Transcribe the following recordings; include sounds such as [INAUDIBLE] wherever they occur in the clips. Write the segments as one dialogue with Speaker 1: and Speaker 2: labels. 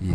Speaker 1: 以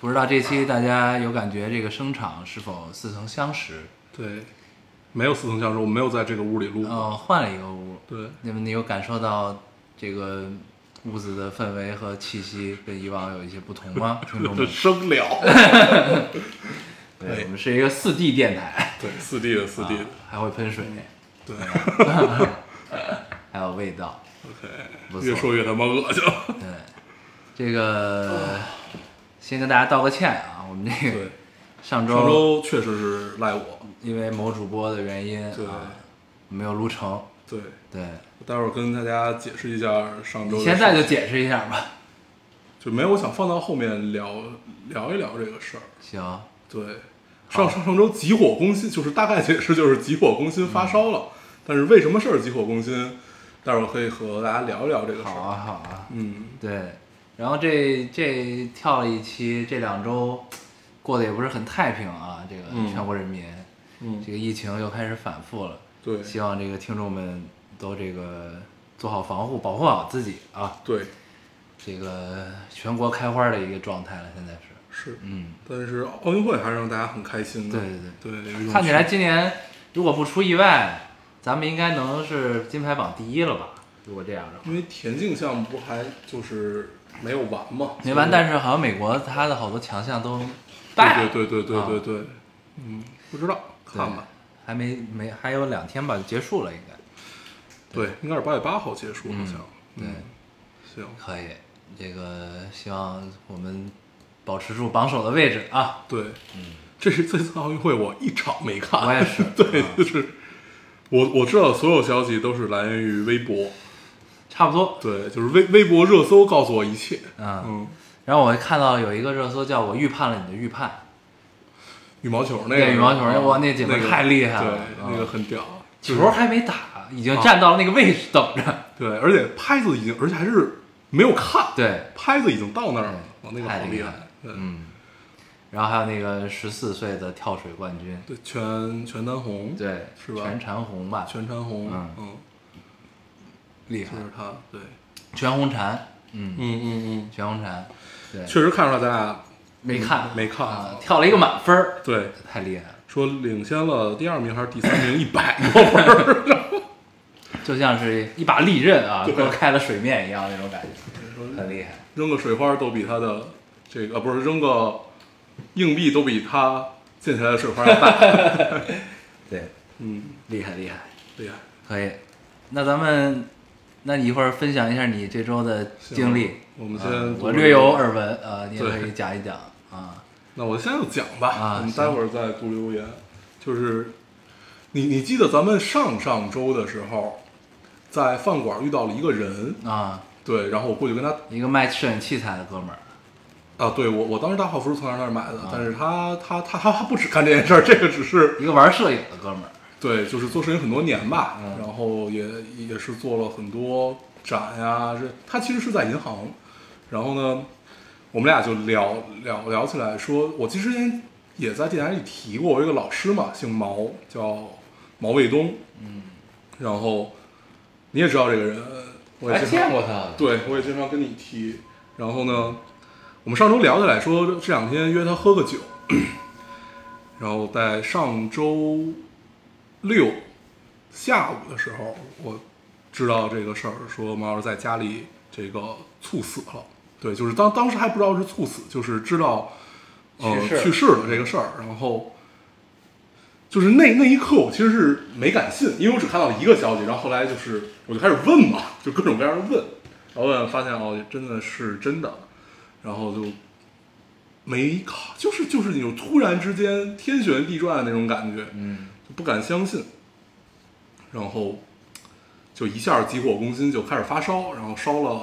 Speaker 2: 不知道这期大家有感觉这个声场是否似曾相识？
Speaker 3: 对，没有似曾相识，我没有在这个屋里录。 [LAUGHS]
Speaker 2: 呃，换了一个屋，
Speaker 3: 对，
Speaker 2: 那么你有感受到这个屋子的氛围和气息跟以往有一些不同吗？
Speaker 3: [LAUGHS]
Speaker 2: 听众们，
Speaker 3: 生了。
Speaker 2: 对，我们是一个四 D 电台，
Speaker 3: 对，四 D 的四 D 的
Speaker 2: 啊，还会喷水，
Speaker 3: 对。
Speaker 2: [LAUGHS] 还有味道。不
Speaker 3: OK，
Speaker 2: 错
Speaker 3: 越说越他妈恶心了。
Speaker 2: 这个先跟大家道个歉啊，我们这个
Speaker 3: 哦对，
Speaker 2: 上
Speaker 3: 上
Speaker 2: 周
Speaker 3: 周确实是赖我。
Speaker 2: 因为某主播的原因
Speaker 3: 对
Speaker 2: 啊，没有录成。
Speaker 3: 对，
Speaker 2: 对，
Speaker 3: 待会儿跟大家解释一下上周的事。
Speaker 2: 现在就解释一下吧。
Speaker 3: 就没有，我想放到后面聊聊一聊这个事儿。
Speaker 2: 行，
Speaker 3: 对，上上上周急火攻心，就是大概解释就是急火攻心发烧了，
Speaker 2: 嗯
Speaker 3: 但是为什么事儿急火攻心？待会儿可以和大家聊一聊这个事
Speaker 2: 好
Speaker 3: 儿。
Speaker 2: 啊，好啊。
Speaker 3: 嗯，
Speaker 2: 对，然后这这跳了一期，这两周过得也不是很太平啊，这个
Speaker 3: 嗯
Speaker 2: 全国人民，
Speaker 3: 嗯
Speaker 2: 这个疫情又开始反复了。
Speaker 3: 对
Speaker 2: 希望这个听众们都这个做好防护，保护好自己啊。
Speaker 3: 对，
Speaker 2: 这个全国开花的一个状态了，现在是，
Speaker 3: 是，
Speaker 2: 嗯，
Speaker 3: 但是奥运会还是让大家很开心的。
Speaker 2: 对对
Speaker 3: 对有一种
Speaker 2: 看起来今年如果不出意外，咱们应该能是金牌榜第一了吧？如果这样的话，
Speaker 3: 因为田径项目不还就是没有完嘛，
Speaker 2: 没完，
Speaker 3: 是
Speaker 2: 但是好像美国它的好多强项都败了，
Speaker 3: 对对对对
Speaker 2: 啊
Speaker 3: 对对对，嗯，不知道看吧，
Speaker 2: 还没没还有两天吧，就结束了应该。
Speaker 3: 对，应该是八月八号结束，好像，
Speaker 2: 对，
Speaker 3: 嗯，行，
Speaker 2: 可以，这个希望我们保持住榜首的位置啊！
Speaker 3: 对，这是这次奥运会我一场没看，
Speaker 2: 我也是
Speaker 3: 对
Speaker 2: 啊，
Speaker 3: 就是我我知道所有消息都是来源于微博，
Speaker 2: 差不多。
Speaker 3: 对，就是微微博热搜告诉我一切，
Speaker 2: 嗯
Speaker 3: 嗯，
Speaker 2: 然后我看到有一个热搜叫“我预判了你的预判
Speaker 3: 羽毛球那
Speaker 2: 对
Speaker 3: 个
Speaker 2: 羽毛球
Speaker 3: 嗯
Speaker 2: 哇那姐妹
Speaker 3: 个
Speaker 2: 太厉害了
Speaker 3: 对，
Speaker 2: 嗯
Speaker 3: 那个很屌，”，就是
Speaker 2: 球还没打，已经站到了那个位置等
Speaker 3: [LAUGHS]
Speaker 2: 着。
Speaker 3: 对，而且拍子已经，而且还是没有看，，
Speaker 2: 对，嗯
Speaker 3: 拍子已经到那儿了，哇，那个
Speaker 2: 太
Speaker 3: 好
Speaker 2: 厉
Speaker 3: 厉
Speaker 2: 害
Speaker 3: 害，对，
Speaker 2: 嗯。然后还有那个十四岁的跳水冠军，
Speaker 3: 对，全全丹红，，
Speaker 2: 对，
Speaker 3: 是吧
Speaker 2: 全婵红吧，
Speaker 3: 全婵红，
Speaker 2: 嗯
Speaker 3: 嗯，
Speaker 2: 厉
Speaker 3: 就是他，对，
Speaker 2: 全红婵，嗯，
Speaker 3: 嗯嗯
Speaker 2: 全红婵，对
Speaker 3: 嗯，，确实看出来咱俩
Speaker 2: 没看，
Speaker 3: 没看
Speaker 2: 啊，跳了一个满分儿，
Speaker 3: 对，
Speaker 2: 太厉害了。
Speaker 3: 说领先了第二名还是第三名一百多分儿，
Speaker 2: 就像是一把利刃啊，
Speaker 3: 对
Speaker 2: 割开了水面一样那种感觉，很厉害。
Speaker 3: 扔个水花都比他的这个，啊不是扔个硬币都比他溅起来的水花要大，
Speaker 2: 对，
Speaker 3: 嗯，
Speaker 2: 厉害厉害，
Speaker 3: 厉害。
Speaker 2: 可以。那咱们，那你一会儿分享一下你这周的经历。
Speaker 3: 我们
Speaker 2: 啊
Speaker 3: 先读
Speaker 2: 我
Speaker 3: 一
Speaker 2: 略有
Speaker 3: 读
Speaker 2: 耳闻，呃，你也可以
Speaker 3: 对
Speaker 2: 讲一讲啊。
Speaker 3: 那我先就讲吧，
Speaker 2: 啊
Speaker 3: 我们待会儿再读留言。就是你你记得咱们上上周的时候，在饭馆遇到了一个人，
Speaker 2: 啊，
Speaker 3: 对，然后我过去跟他
Speaker 2: 一个卖摄影器材的哥们儿，
Speaker 3: 啊，对我我当时大号服是从他那儿买
Speaker 2: 啊
Speaker 3: 的，但是他他他他他不只干这件事儿，这个只是
Speaker 2: 一个玩摄影的哥们儿，
Speaker 3: 对，就是做摄影很多年吧，然后也也是做了很多展呀、这他其实是在银行，然后呢，我们俩就聊聊聊起来说，我其实之前也在电台里提过，我有一个老师嘛，姓毛，叫毛卫东，嗯，然后你也知道这个人，我
Speaker 2: 哎
Speaker 3: 也经常
Speaker 2: 过他。
Speaker 3: 对，我也经常跟你提。然后呢，我们上周聊起来说，这两天约他喝个酒， [CLEARS THROAT] 然后在上周六下午的时候，我知道这个事儿，说毛老师在家里这个猝死了。对，就是当当时还不知道是猝死，就是知道呃
Speaker 2: 去世
Speaker 3: 去世了这个事儿，然后。就是那那一刻，我其实是没敢信，因为我只看到了一个消息，然后后来就是我就开始问嘛，就各种各样的问，然后问发现哦，真的是真的，然后就没靠，就是就是那种突然之间天旋地转的那种感觉，
Speaker 2: 嗯，
Speaker 3: 就不敢相信，然后就一下急火攻心，就开始发烧，然后烧了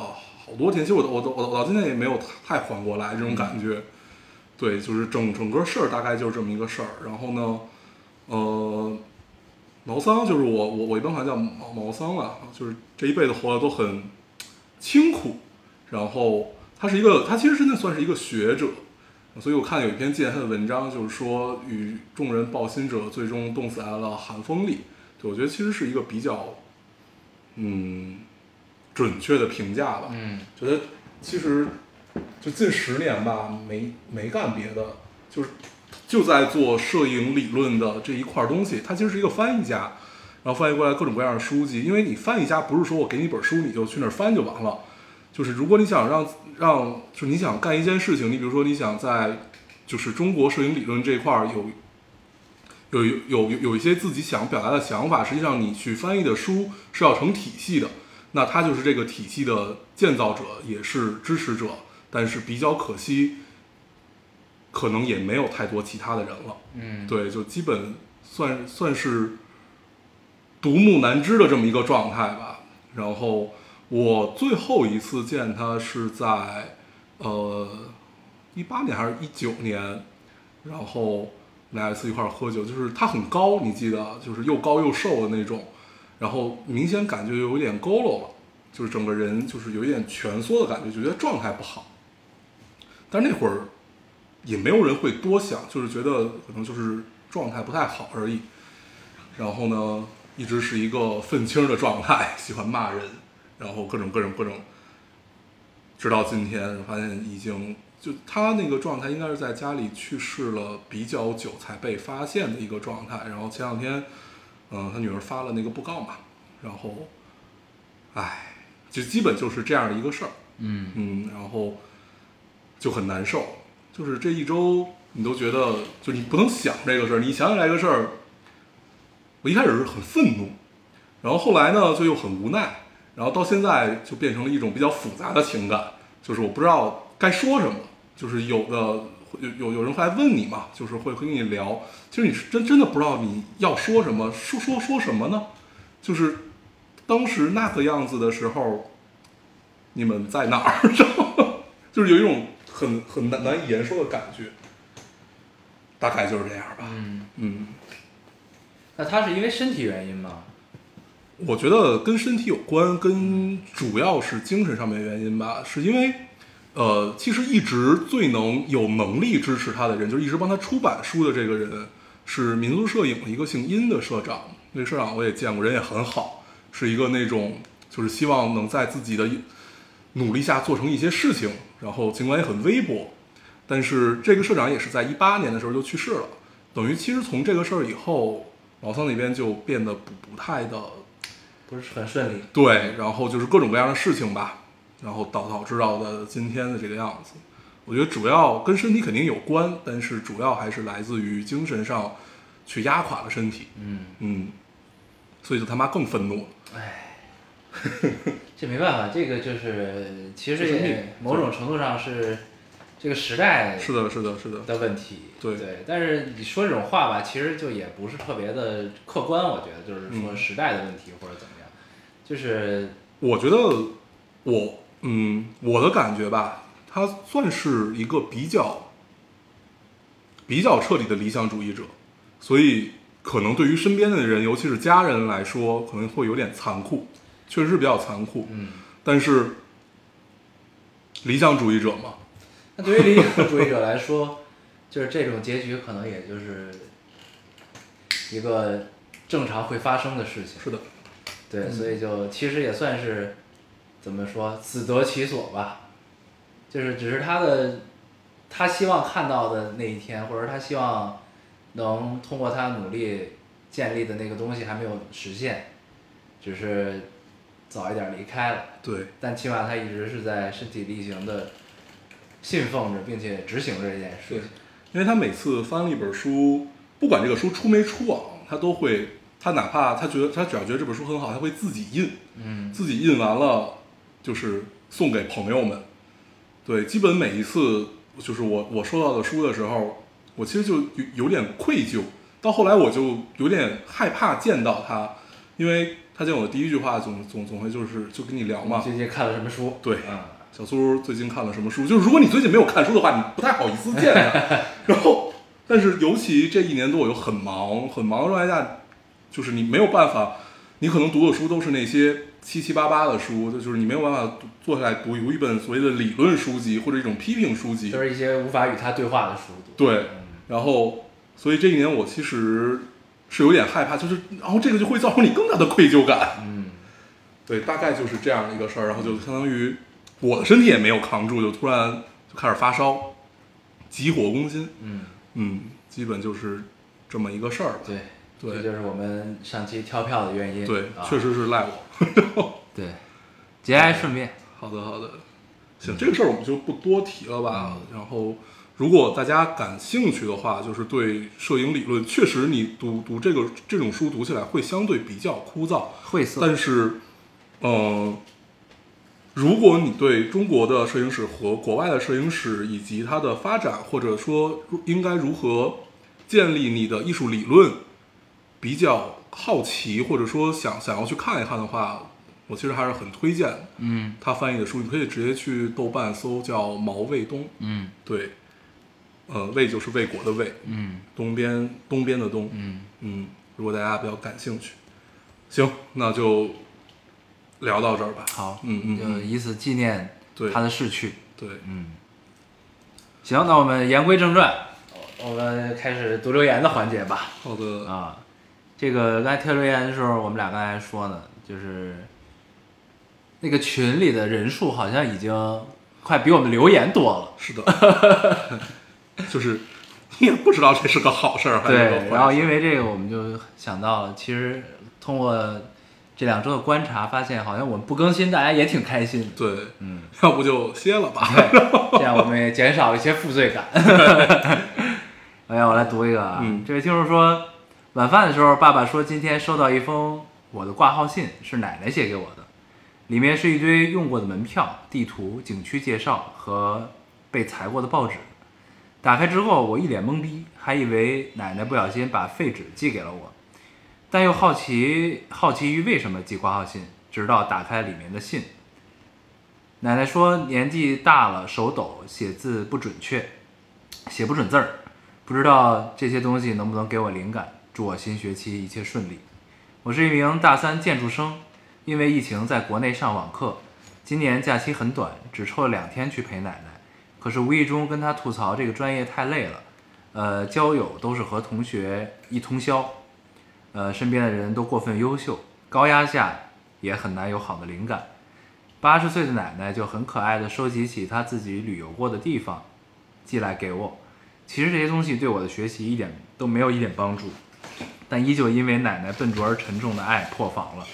Speaker 3: 好多天，其实我都我都我到我到今天也没有太缓过来这种感觉，对，就是整整个事儿大概就是这么一个事儿。然后呢，呃，毛桑就是我我我一般管它叫毛毛桑啊，就是这一辈子活的都很清苦。然后他是一个，他其实真的算是一个学者，所以我看有一篇借他的文章，就是说与众人抱薪者最终冻死在了寒风里。对我觉得其实是一个比较，嗯，准确的评价吧。
Speaker 2: 嗯，
Speaker 3: 觉得其实就近十年吧，没没干别的，就是就在做摄影理论的这一块儿东西。他其实是一个翻译家，然后翻译过来各种各样的书籍。因为你翻译家不是说我给你一本书你就去那儿翻就完了，就是如果你想让让就是你想干一件事情，你比如说你想在就是中国摄影理论这一块儿有有有有有一些自己想表达的想法，实际上你去翻译的书是要成体系的，那他就是这个体系的建造者，也是支持者，但是比较可惜，可能也没有太多其他的人了。
Speaker 2: 嗯，
Speaker 3: 对，就基本算算是独木难支的这么一个状态吧。然后我最后一次见他是在呃一八年还是一九年，然后那一次一块儿喝酒，就是他很高，你记得，就是又高又瘦的那种，然后明显感觉有一点佝偻了，就是整个人就是有一点蜷缩的感觉，就觉得状态不好。但是那会儿也没有人会多想，就是觉得可能就是状态不太好而已。然后呢，一直是一个愤青的状态， [LAUGHS] 喜欢骂人，然后各种各种各种，直到今天发现已经就他那个状态应该是在家里去世了比较久才被发现的一个状态。然后前两天，嗯、他女儿发了那个布告嘛，然后，唉，就基本就是这样的一个事儿。
Speaker 2: 嗯，
Speaker 3: 嗯，然后就很难受，就是这一周你都觉得，就你不能想这个事儿，你想起来这个事儿，我一开始是很愤怒，然后后来呢就又很无奈，然后到现在就变成了一种比较复杂的情感，就是我不知道该说什么，就是有的有有有人会来问你嘛，就是会会跟你聊，其实你是真真的不知道你要说什么，说说说什么呢？就是当时那个样子的时候，你们在哪儿？然后就是有一种很很难难以言说的感觉。大概就是这样吧。
Speaker 2: 嗯，
Speaker 3: 嗯，
Speaker 2: 那他是因为身体原因吗？
Speaker 3: 我觉得跟身体有关，跟主要是精神上面的原因吧，是因为。呃，其实一直最能有能力支持他的人，就是一直帮他出版书的这个人，是民族摄影的一个姓殷的社长。那个社长我也见过，人也很好，是一个那种就是希望能在自己的努力下做成一些事情，然后尽管也很微薄，但是这个社长也是在一八年的时候就去世了。等于其实从这个事儿以后，老桑那边就变得不不太的
Speaker 2: 不是很顺利。
Speaker 3: 对，然后就是各种各样的事情吧，然后导导致到的今天的这个样子。我觉得主要跟身体肯定有关，但是主要还是来自于精神上去压垮了身体。
Speaker 2: 嗯，
Speaker 3: 嗯，所以就他妈更愤怒了。
Speaker 2: 哎，这没办法，这个就是其
Speaker 3: 这
Speaker 2: 实
Speaker 3: 是
Speaker 2: 也
Speaker 3: 命
Speaker 2: 某种程度上是这个时代
Speaker 3: 是的，是的，是的，
Speaker 2: 的问题。
Speaker 3: 对
Speaker 2: 但是你说这种话吧，其实就也不是特别的客观，我觉得就是说
Speaker 3: 嗯
Speaker 2: 时代的问题或者怎么样，
Speaker 3: [LAUGHS]
Speaker 2: 就是
Speaker 3: 我觉得我，嗯，我的感觉吧，他算是一个比较比较彻底的理想主义者，所以可能对于身边的人，尤其是家人来说，可能会有点残酷，确实是比较残酷。
Speaker 2: 嗯。
Speaker 3: 但是理想主义者嘛，
Speaker 2: 那对于理想主义者来说，就是这种结局可能也就是一个正常会发生的事情。
Speaker 3: 是的，
Speaker 2: 对，
Speaker 3: 嗯
Speaker 2: 所以就其实也算是怎么说，自得其所吧。就是只是他的他希望看到的那一天，或者他希望能通过他努力建立的那个东西还没有实现，只是早一点离开了。
Speaker 3: 对，
Speaker 2: 但起码他一直是在身体力行的信奉着，并且执行着这件事
Speaker 3: 对
Speaker 2: 情。，
Speaker 3: 因为他每次翻了一本书，不管这个书出没出啊，他都会，他哪怕他觉得他只要觉得这本书很好，他会自己印，
Speaker 2: 嗯
Speaker 3: 自己印完了就是送给朋友们。对，基本每一次就是我我收到的书的时候，我其实就有有点愧疚，到后来我就有点害怕见到他，因为他见我的第一句话总总总会就是就跟你聊嘛，
Speaker 2: 最近看了什么书？
Speaker 3: 对
Speaker 2: 嗯
Speaker 3: 小苏最近看了什么书？就是如果你最近没有看书的话，你不太好意思见他。然后，但是尤其这一年多，我又很忙，很忙的状态下，就是你没有办法，你可能读的书都是那些七七八八的书，就是你没有办法读坐下来读一本所谓的理论书籍或者一种批评书籍
Speaker 2: 就。是一些无法与他对话的书读。
Speaker 3: 对
Speaker 2: 嗯，
Speaker 3: 然后所以这一年我其实是有点害怕，就是然后这个就会造成你更大的愧疚感。
Speaker 2: 嗯，
Speaker 3: 对，大概就是这样一个事儿，然后就相当于我的身体也没有扛住，就突然就开始发烧，急火攻心，
Speaker 2: 嗯，
Speaker 3: 嗯，基本就是这么一个事儿吧。
Speaker 2: 对，
Speaker 3: 对
Speaker 2: 这就是我们上期跳票的原因。
Speaker 3: 对，
Speaker 2: 啊、
Speaker 3: 确实是赖我。
Speaker 2: 对，节哀顺变。
Speaker 3: 好的，好的，嗯行，这个事儿我们就不多提了吧。然后，如果大家感兴趣的话，就是对摄影理论，确实你读读这个这种书读起来会相对比较枯燥，
Speaker 2: 晦涩。
Speaker 3: 但是，呃，如果你对中国的摄影史和国外的摄影史以及它的发展，或者说应该如何建立你的艺术理论，比较好奇，或者说想想要去看一看的话，我其实还是很推荐
Speaker 2: 嗯
Speaker 3: 他翻译的书。你可以直接去豆瓣搜叫毛卫东，
Speaker 2: 嗯
Speaker 3: 对，呃，卫就是卫国的卫，
Speaker 2: 嗯
Speaker 3: 东边东边的东，
Speaker 2: 嗯，
Speaker 3: 嗯，如果大家比较感兴趣，行，那就聊到这儿吧。
Speaker 2: 好，
Speaker 3: 嗯嗯
Speaker 2: 就
Speaker 3: 嗯
Speaker 2: 以此纪念
Speaker 3: 对
Speaker 2: 他的逝去。
Speaker 3: 对，
Speaker 2: 嗯，行，那我们言归正传，我们开始读留言的环节吧。
Speaker 3: 好的，
Speaker 2: 啊，这个刚才跳留言的时候，我们俩刚才说呢，就是那个群里的人数好像已经快比我们留言多了。
Speaker 3: 是的， [LAUGHS] 就是你也不知道这是个好事儿还是个坏事
Speaker 2: 对，
Speaker 3: 儿。
Speaker 2: 然后因为这个，我们就想到了，其实通过这两周的观察，发现好像我们不更新，大家也挺开心的。
Speaker 3: 对，
Speaker 2: 嗯，
Speaker 3: 要不就歇了吧。
Speaker 2: 对，这样我们也减少一些负罪感。 [LAUGHS] 哎呀，我来读一个啊，
Speaker 3: 嗯
Speaker 2: 这位听众说，晚饭的时候，爸爸说今天收到一封我的挂号信，是奶奶写给我的，里面是一堆用过的门票、地图、景区介绍和被裁过的报纸。打开之后，我一脸懵逼，还以为奶奶不小心把废纸寄给了我，但又好奇好奇于为什么寄挂号信，直到打开里面的信，奶奶说年纪大了手抖，写字不准确，写不准字儿，不知道这些东西能不能给我灵感。祝我新学期一切顺利。我是一名大三建筑生，因为疫情在国内上网课，今年假期很短，只抽了两天去陪奶奶。可是无意中跟她吐槽这个专业太累了，呃，交友都是和同学一通宵，呃，身边的人都过分优秀，高压下也很难有好的灵感。八十岁的奶奶就很可爱的收集起她自己旅游过的地方，寄来给我。其实这些东西对我的学习一点都没有一点帮助，但依旧因为奶奶笨拙而沉重的爱破防了。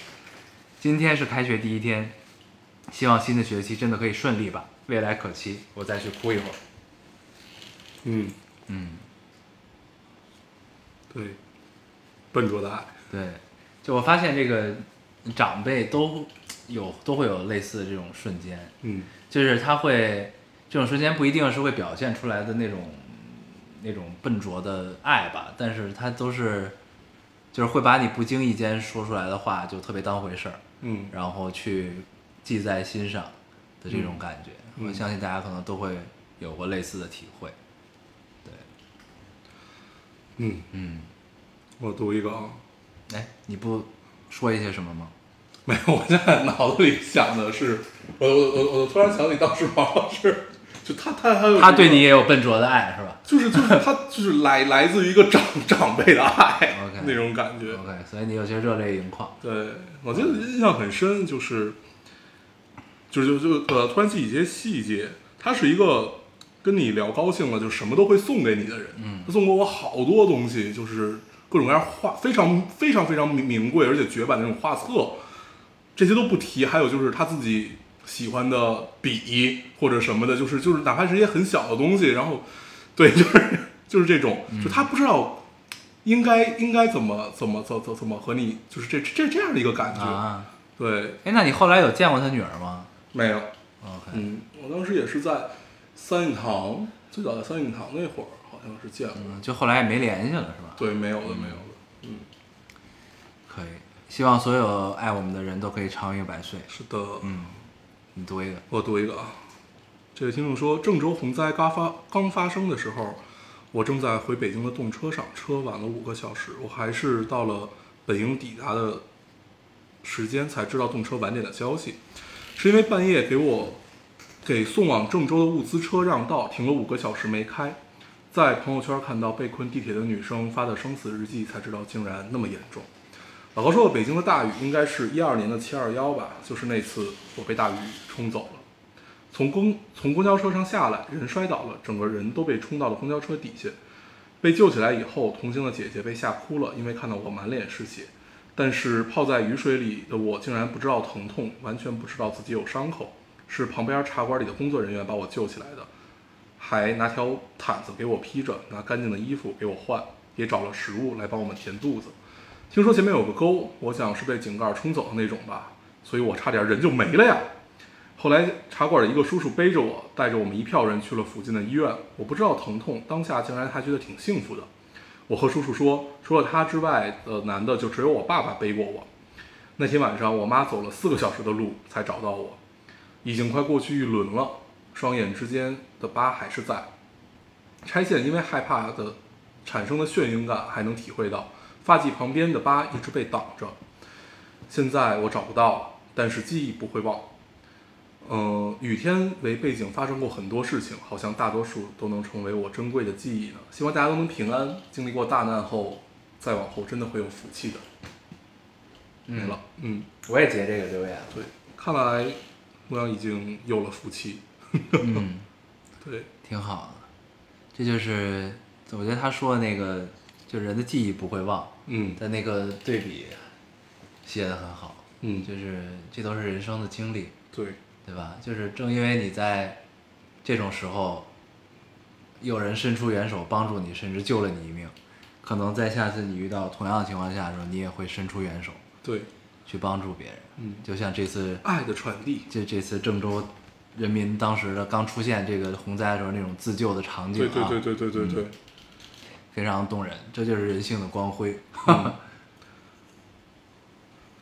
Speaker 2: 今天是开学第一天，希望新的学期真的可以顺利吧，未来可期。我再去哭一会儿。
Speaker 3: 嗯
Speaker 2: 嗯，
Speaker 3: 对，笨拙的爱。
Speaker 2: 对，就我发现这个长辈都有都会有类似的这种瞬间，
Speaker 3: 嗯，
Speaker 2: 就是他会这种瞬间不一定是会表现出来的那种那种笨拙的爱吧，但是他都是就是会把你不经意间说出来的话就特别当回事儿，
Speaker 3: 嗯，
Speaker 2: 然后去记在心上的这种感觉，
Speaker 3: 嗯
Speaker 2: 我相信大家可能都会有过类似的体会。
Speaker 3: 嗯，
Speaker 2: 嗯，
Speaker 3: 我读一个啊，
Speaker 2: 哎，你不说一些什么吗？
Speaker 3: [LAUGHS] 没有，我现在脑子里想的是，我我我我突然想起当时王老师，就他他还有
Speaker 2: 他
Speaker 3: 一个
Speaker 2: 对你也有笨拙的爱是吧
Speaker 3: 就是就是他就是来来自于一个长长辈的爱
Speaker 2: [LAUGHS] OK 嗯
Speaker 3: 那种感觉。
Speaker 2: ？OK，所以你有些热泪盈眶。
Speaker 3: 对，我记得印象很深，就是就是就就呃，突然记起一些细节。他是一个跟你聊高兴了，就什么都会送给你的人。嗯，他送过我好多东西，就是各种各样画，非常非常非常名名贵而且绝版的那种画册，这些都不提。还有就是他自己喜欢的笔或者什么的，就是就是哪怕是一些很小的东西，然后对，就是就是这种，就他不知道。应该应该怎么怎么怎么怎么怎么和你就是这这这样的一个感觉，
Speaker 2: 啊，
Speaker 3: 对，
Speaker 2: 哎，那你后来有见过他女儿吗
Speaker 3: 没有，
Speaker 2: ？OK，
Speaker 3: 嗯，我当时也是在三影堂，最早在三影堂那会儿，好像是见过。
Speaker 2: 嗯，就后来也没联系了是吧？
Speaker 3: 对，没有的，没有的。嗯，
Speaker 2: 可以，希望所有爱我们的人都可以长命百岁。
Speaker 3: 是的。
Speaker 2: 嗯，你读一个。
Speaker 3: 我读一个啊，这位听众说，郑州洪灾刚发刚发生的时候，我正在回北京的动车上，车晚了五个小时，我还是到了北京抵达的时间才知道动车晚点的消息，是因为半夜给我给送往郑州的物资车让道，停了五个小时没开。在朋友圈看到被困地铁的女生发的生死日记，才知道竟然那么严重。老高说，北京的大雨应该是一二年的七二幺吧，就是那次我被大雨冲走了。从公从公交车上下来，人摔倒了，整个人都被冲到了公交车底下。被救起来以后，同行的姐姐被吓哭了，因为看到我满脸是血。但是泡在雨水里的我竟然不知道疼痛，完全不知道自己有伤口，是旁边茶馆里的工作人员把我救起来的，还拿条毯子给我披着，拿干净的衣服给我换，也找了食物来帮我们填肚子。听说前面有个沟，我想是被井盖冲走的那种吧，所以我差点人就没了呀。后来茶馆的一个叔叔背着我，带着我们一票人去了附近的医院。我不知道疼痛，当下竟然还觉得挺幸福的。我和叔叔说，除了他之外的男的，就只有我爸爸背过我。那天晚上，我妈走了四个小时的路才找到我，已经快过去一轮了，双眼之间的疤还是在。拆线因为害怕的产生的眩晕感还能体会到，发髻旁边的疤一直被挡着。现在我找不到了，但是记忆不会忘。呃，雨天为背景发生过很多事情，好像大多数都能成为我珍贵的记忆呢。希望大家都能平安，经历过大难后，再往后真的会有福气的。没了，嗯，
Speaker 2: 我也截这啊个留言了。
Speaker 3: 对，看来牧羊已经有了福气。
Speaker 2: 嗯，
Speaker 3: 对，
Speaker 2: 挺好的。这就是我觉得他说的那个，就人的记忆不会忘
Speaker 3: 嗯
Speaker 2: 的那个对比，写的很好。
Speaker 3: 嗯，
Speaker 2: 就是这都是人生的经历，
Speaker 3: 对，
Speaker 2: 对吧？就是正因为你在这种时候，有人伸出援手帮助你，甚至救了你一命，可能在下次你遇到同样的情况下的时候，你也会伸出援手
Speaker 3: 对，
Speaker 2: 去帮助别人。
Speaker 3: 嗯
Speaker 2: 就像这次
Speaker 3: 爱的传递，
Speaker 2: 这这次郑州人民当时的刚出现这个洪灾的时候那种自救的场景
Speaker 3: 对
Speaker 2: 啊，嗯
Speaker 3: 对对对对对对，
Speaker 2: 非常动人，这就是人性的光辉。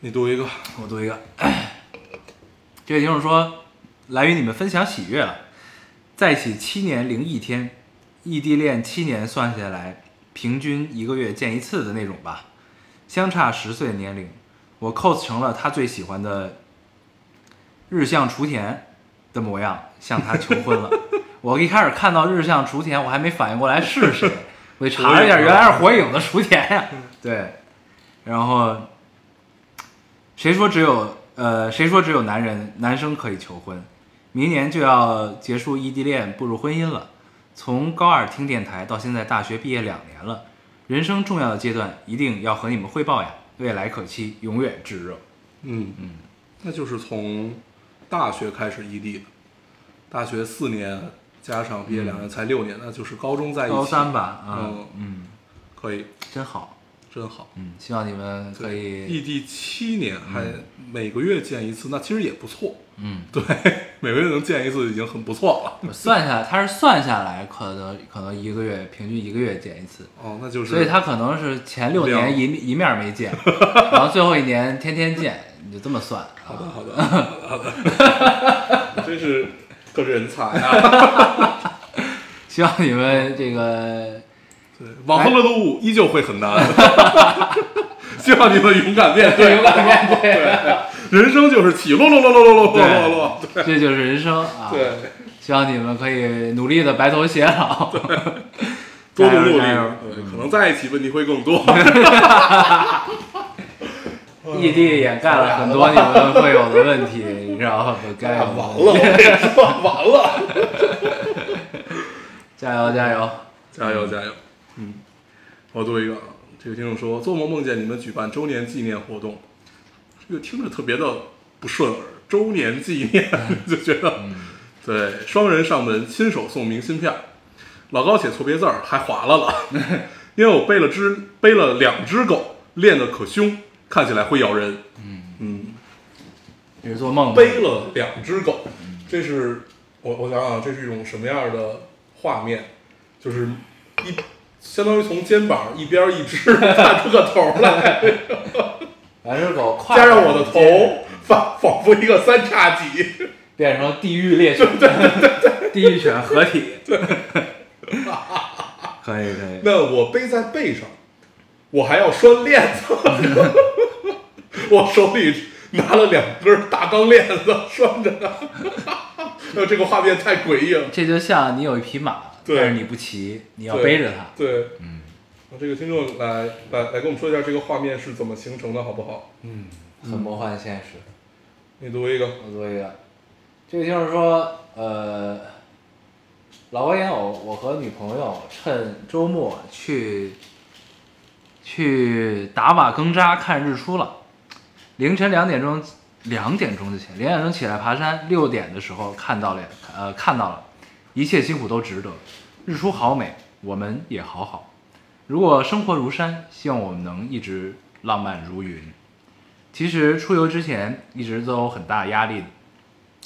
Speaker 3: 你读一个，
Speaker 2: 我读一个， [CLEARS THROAT] 这位听众说，来与你们分享喜悦了，在一起七年零一天，异地恋七年算下来，平均一个月见一次的那种吧，相差十岁的年龄，我 cos 成了他最喜欢的日向雏田的模样，向他求婚 [LAUGHS] 了。我一开始看到日向雏田，我还没反应过来是谁，我就查了一下，原来是火影的雏田呀。对，然后谁说只有呃，谁说只有男人男生可以求婚？明年就要结束异地恋，步入婚姻了。从高二听电台到现在大学毕业两年了，人生重要的阶段一定要和你们汇报呀！未来可期，永远炙热。
Speaker 3: 嗯嗯，那就是从大学开始异地的，大学四年加上毕业两年才六年，那就是高中在一起，
Speaker 2: 嗯高三吧，啊，
Speaker 3: 嗯
Speaker 2: 嗯，
Speaker 3: 可以，
Speaker 2: 真好，
Speaker 3: 真好。
Speaker 2: 嗯，希望你们可以，
Speaker 3: 异地七年还每个月见一次，那其实也不错。 [LAUGHS]
Speaker 2: 嗯，
Speaker 3: 对，每个月能见一次已经很不错了。
Speaker 2: 我算下来，他是算下来，可能可能一个月平均一个月见一次，
Speaker 3: 哦，那就是
Speaker 2: 所以他可能是前六
Speaker 3: 两
Speaker 2: 年一一面没见，然后最后一年天天见，你就这么算
Speaker 3: 好
Speaker 2: 啊
Speaker 3: 的，好
Speaker 2: [LAUGHS]
Speaker 3: 的，好的，好的真是个人才啊！
Speaker 2: 希望你们这
Speaker 3: [LAUGHS]
Speaker 2: 个
Speaker 3: 对，往后的路依旧会很难， [LAUGHS] 希望你们勇敢面对。
Speaker 2: 敢面对，
Speaker 3: 对，人生就是起落落落落落落落落落。
Speaker 2: 这就是人生啊！
Speaker 3: 对，
Speaker 2: 希望你们可以努力的白头偕老。 [LAUGHS]
Speaker 3: 多
Speaker 2: 加
Speaker 3: 努
Speaker 2: 油
Speaker 3: 努力，
Speaker 2: 加油嗯
Speaker 3: 对可能在一起问题会更多。嗯
Speaker 2: 异地掩盖了很多你们会有的问题，你知道吗？该有的
Speaker 3: 哎完了，我跟你说，完了。
Speaker 2: [LAUGHS] 加油加油！
Speaker 3: 加油加油！嗯，我读一个，啊，这个听众说，做梦梦见你们举办周年纪念活动，这个听着特别的不顺耳。周年纪念
Speaker 2: 嗯
Speaker 3: [LAUGHS] 就觉得，对，双人上门亲手送明信片，老高写错别字儿还划拉了，
Speaker 2: [LAUGHS]
Speaker 3: 因为我背了只背了两只狗，练得可凶，看起来会咬人。嗯
Speaker 2: 你是做梦吗？
Speaker 3: 背了两只狗，这是我我想想，这是一种什么样的画面？就是一相当于从肩膀一边一只探出个头来，
Speaker 2: 两只狗跨
Speaker 3: 加上我的头，仿仿佛一个三叉戟。
Speaker 2: 变成地狱猎犬。对对对对。地狱犬合体。对， [LAUGHS] 可以可以。
Speaker 3: 那我背在背上，我还要拴链子，我手里拿了两根大钢链子拴着， [LAUGHS] 呃，这个画面太诡异了。
Speaker 2: 这就像你有一匹马，
Speaker 3: 对
Speaker 2: 但是你不骑，你要
Speaker 3: 对
Speaker 2: 背着它。
Speaker 3: 对，嗯，这个听众来来来跟我们说一下这个画面是怎么形成的，好不好？
Speaker 2: 嗯，很魔幻现实。
Speaker 3: 你读一个，
Speaker 2: 我做一个，这个就是说，呃，老外烟偶，我和女朋友趁周末去去打瓦更扎看日出了，凌晨两点钟，两点钟就起，两点钟起来爬山，六点的时候看到了，呃，看到了，一切辛苦都值得，日出好美，我们也好好。如果生活如山，希望我们能一直浪漫如云。其实出游之前一直都有很大压力，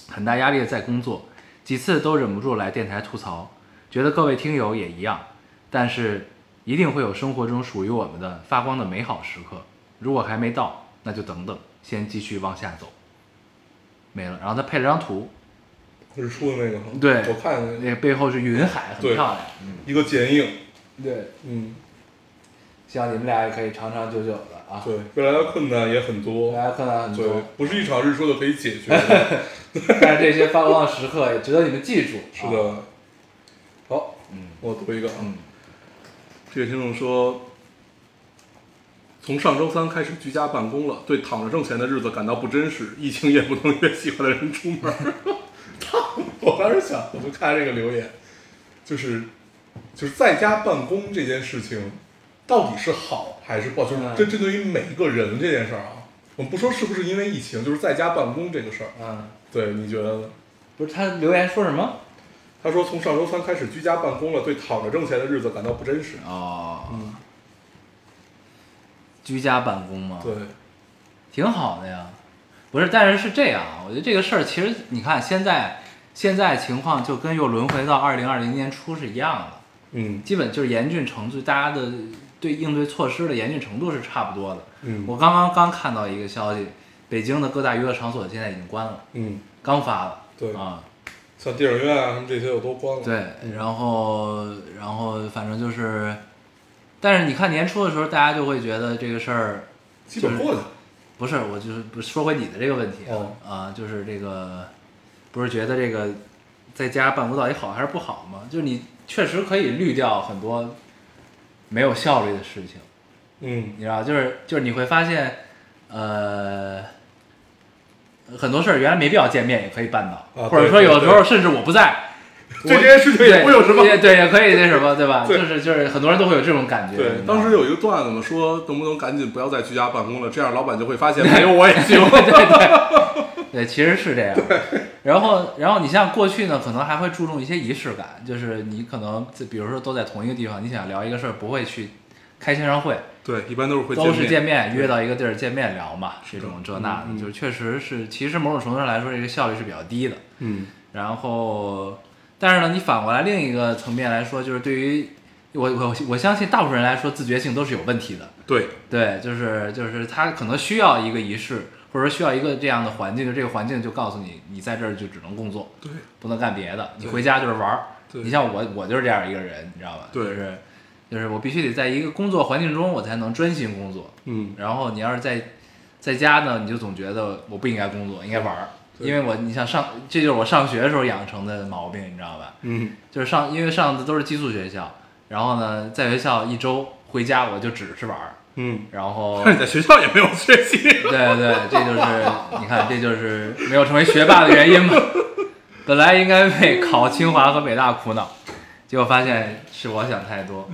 Speaker 2: 很大压力的在工作，几次都忍不住来电台吐槽，觉得各位听友也一样，但是一定会有生活中属于我们的发光的美好时刻。如果还没到，那就等等，先继续往下走。没了，然后他配了张图，
Speaker 3: 日出的那个哈，
Speaker 2: 对
Speaker 3: 我看了
Speaker 2: 那背后是云海，很
Speaker 3: 对
Speaker 2: 漂亮。嗯
Speaker 3: 一个剪影，
Speaker 2: 对，
Speaker 3: 嗯，
Speaker 2: 希望你们俩也可以长长久久的啊！
Speaker 3: 对，未来的困难也很多，
Speaker 2: 大家困难很
Speaker 3: 对
Speaker 2: 多，，
Speaker 3: 不是一场日出就可以解决的，
Speaker 2: 但是这些发光的时刻也值得你们记住。啊
Speaker 3: 是，的。好，我读一个啊，
Speaker 2: 嗯
Speaker 3: 这位听众说，从上周三开始居家办公了，对躺着挣钱的日子感到不真实，疫情也不能约喜欢的人出门儿。 [LAUGHS] 我当时想，我就看这个留言，就是就是在家办公这件事情，到底是好还是不好？就是
Speaker 2: 嗯
Speaker 3: 针针对于每一个人这件事儿啊，我们不说是不是因为疫情，就是在家办公这个事儿，
Speaker 2: 嗯，
Speaker 3: 对，你觉得呢？
Speaker 2: 不是他留言说什么？
Speaker 3: 他说从上周三开始居家办公了，对躺着挣钱的日子感到不真实。
Speaker 2: 哦，
Speaker 3: 嗯，
Speaker 2: 居家办公嘛，
Speaker 3: 对，
Speaker 2: 挺好的呀。不是，但是是这样啊，我觉得这个事儿其实你看现在现在情况就跟又轮回到二零二零年初是一样的，
Speaker 3: 嗯
Speaker 2: 基本就是严峻程度，大家的对应对措施的严峻程度是差不多的。
Speaker 3: 嗯
Speaker 2: 我刚刚刚看到一个消息，北京的各大娱乐场所现在已经关了，
Speaker 3: 嗯。
Speaker 2: 刚发的。
Speaker 3: 对
Speaker 2: 啊，
Speaker 3: 像电影院啊什么这些我都关了。，
Speaker 2: 对，然后然后反正就是，但是你看年初的时候，大家就会觉得这个事儿
Speaker 3: 基本过去了。
Speaker 2: 不是，我就是不说回你的这个问题啊、
Speaker 3: 哦
Speaker 2: 啊，就是这个，不是觉得这个在家办公到底好还是不好吗？就是你确实可以滤掉很多没有效率的事情，
Speaker 3: 嗯
Speaker 2: 你知道，就是就是你会发现，呃，很多事儿原来没必要见面也可以办到，
Speaker 3: 啊
Speaker 2: 或者
Speaker 3: 对
Speaker 2: 说
Speaker 3: 对
Speaker 2: 有的时
Speaker 3: 对
Speaker 2: 候甚至我不在，
Speaker 3: 对
Speaker 2: 我
Speaker 3: 这件事情也不有什么
Speaker 2: 对对也可以那什么，对吧？
Speaker 3: 对
Speaker 2: 就是就是很多人都会有这种感觉。你
Speaker 3: 对，嗯
Speaker 2: 知道
Speaker 3: 当
Speaker 2: 吗
Speaker 3: 时有一个段子嘛，说能不能赶紧不要再居家办公了，这样老板就会发现没有我 [LAUGHS] 也行。
Speaker 2: [LAUGHS] 对，其实是这样。然后，然后你像过去呢，可能还会注重一些仪式感，就是你可能就比如说都在同一个地方，你想聊一个事儿，不会去开线上会，
Speaker 3: 对，一般都是会
Speaker 2: 都是
Speaker 3: 见
Speaker 2: 见面，约到一个地儿见面聊嘛，这种这那的，嗯就是确实是，其实某种程度上来说，这个效率是比较低的。
Speaker 3: 嗯
Speaker 2: 然后，但是呢，你反过来另一个层面来说，就是对于我我我相信大部分人来说，自觉性都是有问题的。
Speaker 3: 对，
Speaker 2: 对，就是就是他可能需要一个仪式，或者说需要一个这样的环境，就这个环境就告诉你，你在这儿就只能工作，
Speaker 3: 对，
Speaker 2: 不能干别的，你
Speaker 3: 对
Speaker 2: 回家就是玩儿。
Speaker 3: 对
Speaker 2: 你像我，我就是这样一个人，你知道吧？
Speaker 3: 对
Speaker 2: 就是就是我必须得在一个工作环境中，我才能专心工作。
Speaker 3: 嗯
Speaker 2: 然后你要是在在家呢，你就总觉得我不应该工作，应该玩儿，
Speaker 3: 对
Speaker 2: 因为我你像上，这就是我上学的时候养成的毛病，你知道吧？
Speaker 3: 嗯
Speaker 2: 就是上，因为上的都是寄宿学校，然后呢，在学校一周回家我就只是玩儿，
Speaker 3: 嗯，
Speaker 2: 然
Speaker 3: [LAUGHS]
Speaker 2: 后
Speaker 3: 那你在学校也没有学 [LAUGHS] 习。
Speaker 2: 对对，这就是你看，这就是没有成为学霸的原因嘛。本来应该为考清华和北大苦恼，结果发现是我想太多。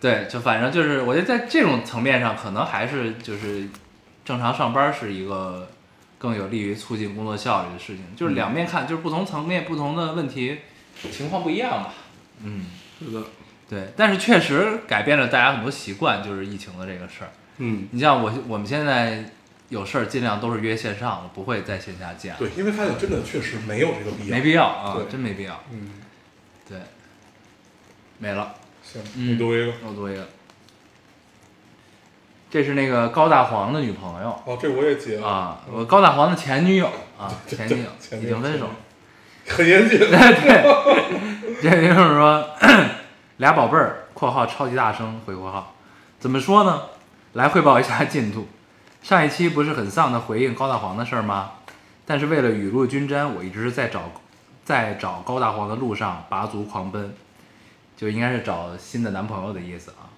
Speaker 2: 对，就反正就是，我觉得在这种层面上，可能还是就是正常上班是一个更有利于促进工作效率的事情。就是两面看，就是不同层面、不同的问题情况不一样吧。嗯，
Speaker 3: 是的，
Speaker 2: 对，但是确实改变了大家很多习惯，就是疫情的这个事儿。
Speaker 3: 嗯，
Speaker 2: 你像我，我们现在有事儿尽量都是约线上了，不会在线下见了，
Speaker 3: 对，因为发现真的确实没有这个必要。
Speaker 2: 没必要啊
Speaker 3: 对，
Speaker 2: 真没必要。
Speaker 3: 嗯，
Speaker 2: 对，没了，
Speaker 3: 行，
Speaker 2: 嗯
Speaker 3: 你读一个。
Speaker 2: 我读一个，这是那个高大黄的女朋友
Speaker 3: 哦，这我也截了
Speaker 2: 啊，我高大黄的前女友啊，
Speaker 3: [LAUGHS] 对
Speaker 2: 前女友
Speaker 3: 前女
Speaker 2: 已
Speaker 3: 友
Speaker 2: 经分手了，
Speaker 3: 很严谨。
Speaker 2: [LAUGHS] 这就是说， [CLEARS THROAT] 俩宝贝儿（括号超级大声回括号），怎么说呢？来汇报一下进度。上一期不是很丧的回应高大黄的事儿吗？但是为了雨露均沾，我一直在找，在找高大黄的路上拔足狂奔，就应该是找新的男朋友的意思啊。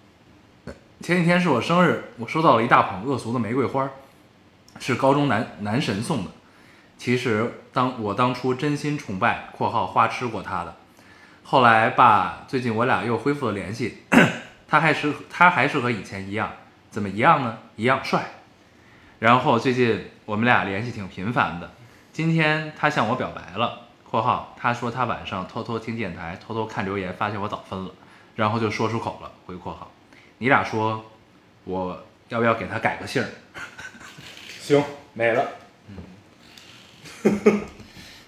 Speaker 2: 前几天是我生日，我收到了一大捧恶俗的玫瑰花儿，是高中男男神送的。其实当我当初真心崇拜（括号花痴过他的），后来吧，最近我俩又恢复了联系， [CLEARS THROAT] 他还是他还是和以前一样，怎么一样呢？一样帅。然后最近我们俩联系挺频繁的，今天他向我表白了（括号他说他晚上偷偷听电台，偷偷看留言，发现我早分了，然后就说出口了）回括号，你俩说我要不要给他改个姓儿？
Speaker 3: 行，
Speaker 2: 没了。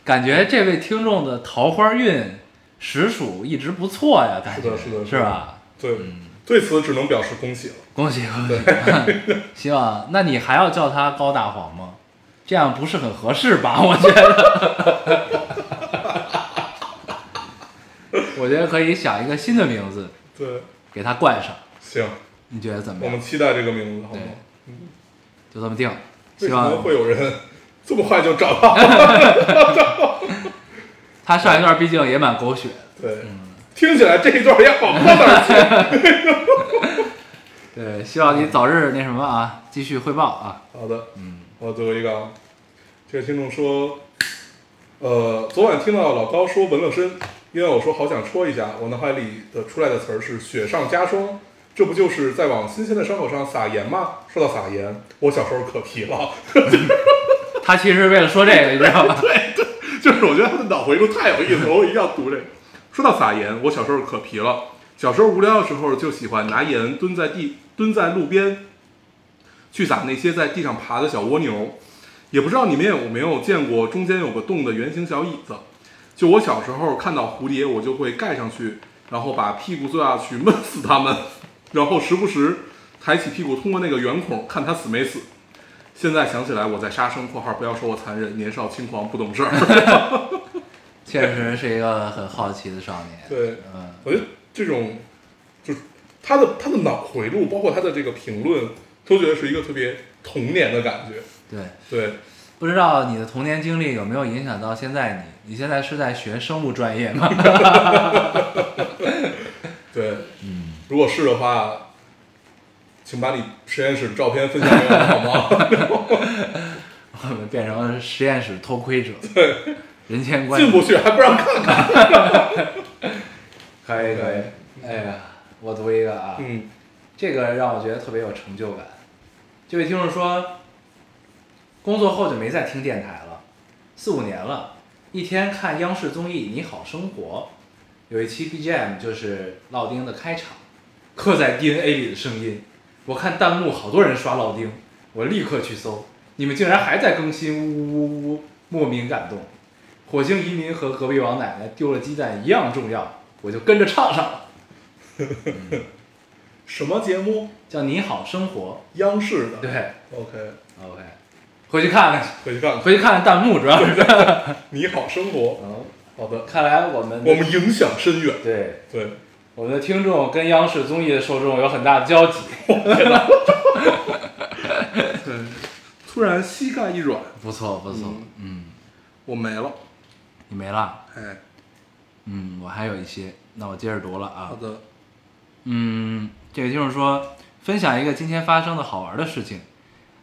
Speaker 2: 感觉这位听众的桃花运实属一直不错呀，感觉
Speaker 3: 是的是的
Speaker 2: 是吧？
Speaker 3: 对，
Speaker 2: 嗯
Speaker 3: 对此只能表示恭喜了。
Speaker 2: 恭喜恭喜！ [LAUGHS] 希望，那你还要叫他高大黄吗？这样不是很合适吧？ [LAUGHS] 我觉得，我觉得可以想一个新的名字
Speaker 3: 对，
Speaker 2: 给他冠上，
Speaker 3: 行，
Speaker 2: 你觉得怎么
Speaker 3: 我
Speaker 2: 样
Speaker 3: 们？期待这个名字，好
Speaker 2: 对
Speaker 3: 吗？，
Speaker 2: 就这么定。
Speaker 3: 为
Speaker 2: 希
Speaker 3: 什
Speaker 2: 望
Speaker 3: 么会有人这么快就找到
Speaker 2: [LAUGHS]
Speaker 3: 了？
Speaker 2: 他上一段毕竟也蛮狗血的，
Speaker 3: 对，
Speaker 2: 嗯
Speaker 3: 听起来这一段也好不到哪儿去。
Speaker 2: [LAUGHS] 对，希望你早日那什么啊，继续汇报啊。
Speaker 3: 好的，嗯，我最后一个啊，这个听众说，呃，昨晚听到老高说纹了身，因为我说好想戳一下，我脑海里的出来的词儿是雪上加霜，这不就是在往新鲜的伤口上撒盐吗？说到撒盐，我小时候可皮了，
Speaker 2: 他其实是为了说这个，你知道吧？
Speaker 3: 就是我觉得他的脑回路太有意思了，我一定要读这个。说到撒盐，我小时候可皮了，小时候无聊的时候就喜欢拿盐蹲在地蹲在路边，去撒那些在地上爬的小蜗牛。也不知道你们有没有见过中间有个洞的圆形小椅子，就我小时候看到蝴蝶，我就会盖上去，然后把屁股坐下去闷死它们，然后时不时抬起屁股通过那个圆孔看它死没死。现在想起来，我在杀生（括号不要说我残忍，年少轻狂不懂事儿）。
Speaker 2: 确实是一个很好奇的少年。
Speaker 3: 对，
Speaker 2: 嗯，
Speaker 3: 我觉得这种就是他的他的脑回路，包括他的这个评论，都觉得是一个特别童年的感觉。
Speaker 2: 对，
Speaker 3: 对，
Speaker 2: 不知道你的童年经历有没有影响到现在你？你现在是在学生物专业吗？ [LAUGHS]
Speaker 3: 对，嗯，如果是的话，请把你实验室的照片分享给我好吗？
Speaker 2: 我们变成了实验室偷窥者，对，人间观察
Speaker 3: 进不去还不让看。
Speaker 2: 可以可以。哎呀，我读一个啊，
Speaker 3: 嗯，
Speaker 2: 这个让我觉得特别有成就感。这位听众说，工作后就没再听电台了，四五年了，一天看央视综艺《你好生活》，有一期 BGM 就是烙丁的开场，刻在 DNA 里的声音。我看弹幕好多人刷烙丁，我立刻去搜，你们竟然还在更新，呜呜呜呜，莫名感动。火星移民和隔壁王奶奶丢了鸡蛋一样重要，我就跟着唱上了，
Speaker 3: 什么节目？
Speaker 2: 叫《你好生活
Speaker 3: 央视的。》。
Speaker 2: 对。
Speaker 3: ，OK，
Speaker 2: OK，回去看看，
Speaker 3: 回去看看。
Speaker 2: 回去看看弹幕，主要是。
Speaker 3: 你好，生活。
Speaker 2: 嗯，
Speaker 3: 好的，
Speaker 2: 看来我们的
Speaker 3: 我们影响深远。
Speaker 2: 对
Speaker 3: 对，
Speaker 2: 我们的听众跟央视综艺的受众有很大的交集，
Speaker 3: 对，突然膝盖一软，
Speaker 2: 不错不错。嗯，
Speaker 3: 我没了。
Speaker 2: 你没了，
Speaker 3: 哎，
Speaker 2: 嗯，我还有一些，那我接着读了啊。
Speaker 3: 好的，
Speaker 2: 嗯，这位听众说，分享一个今天发生的好玩的事情。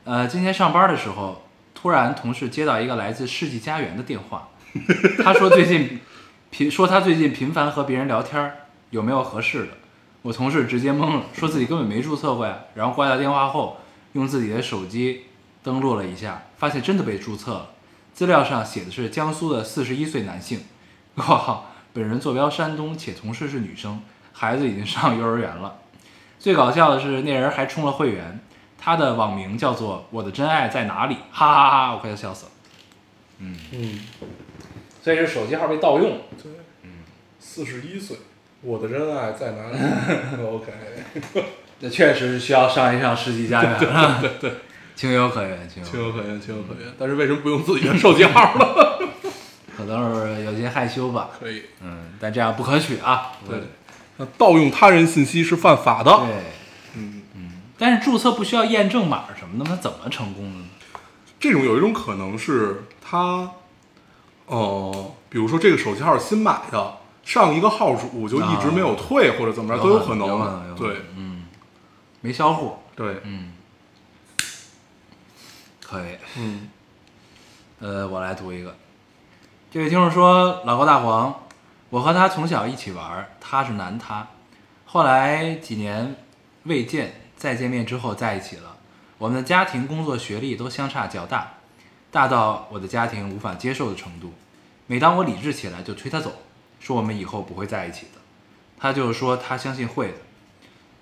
Speaker 2: 呃，今天上班的时候，突然同事接到一个来自世纪佳缘的电话，他说最近频说他最近频繁和别人聊天儿，有没有合适的？我同事直接懵了，说自己根本没注册过呀。然后挂掉电话后，用自己的手机登录了一下，发现真的被注册了。资料上写的是江苏的四十一岁男性，（括号本人坐标山东，且同事是女生，孩子已经上幼儿园了。最搞笑的是，那人还充了会员，他的网名叫做“我的真爱在哪里”，哈哈哈我快要笑死了。
Speaker 3: 嗯。
Speaker 2: 所以是手机号被盗用，
Speaker 3: 对，嗯，四十一岁，我的真爱在哪里？OK，
Speaker 2: 那确实是需要上一上世纪佳缘了。对对对， [LAUGHS] 情有可原，情有可
Speaker 3: 情
Speaker 2: 原。
Speaker 3: 有可原，情有可原。但是为什么不用自己的手机号呢？ [LAUGHS]
Speaker 2: 可可能是有些害羞吧。
Speaker 3: 可以。
Speaker 2: 嗯，但这样不可取啊。
Speaker 3: 对，那盗用他人信息是犯法的。
Speaker 2: 对，
Speaker 3: 嗯，
Speaker 2: 但是注册不需要验证码什么的，那怎么成功的呢？
Speaker 3: 这种有一种可能是他，呃，比如说这个手机号是新买的，上一个号主就一直没有退、或者怎么着都
Speaker 2: 有
Speaker 3: 啊
Speaker 2: 有
Speaker 3: 可能。对
Speaker 2: 嗯，没销户，
Speaker 3: 对，
Speaker 2: 嗯，可以。
Speaker 3: 嗯，
Speaker 2: 呃，我来读一个。这位听众说：“老高大黄，我和他从小一起玩儿，他是男他。后来几年未见，再见面之后在一起了。我们的家庭、工作、学历都相差较大，大到我的家庭无法接受的程度。每当我理智起来，就催他走，说我们以后不会在一起的。他就说他相信会的。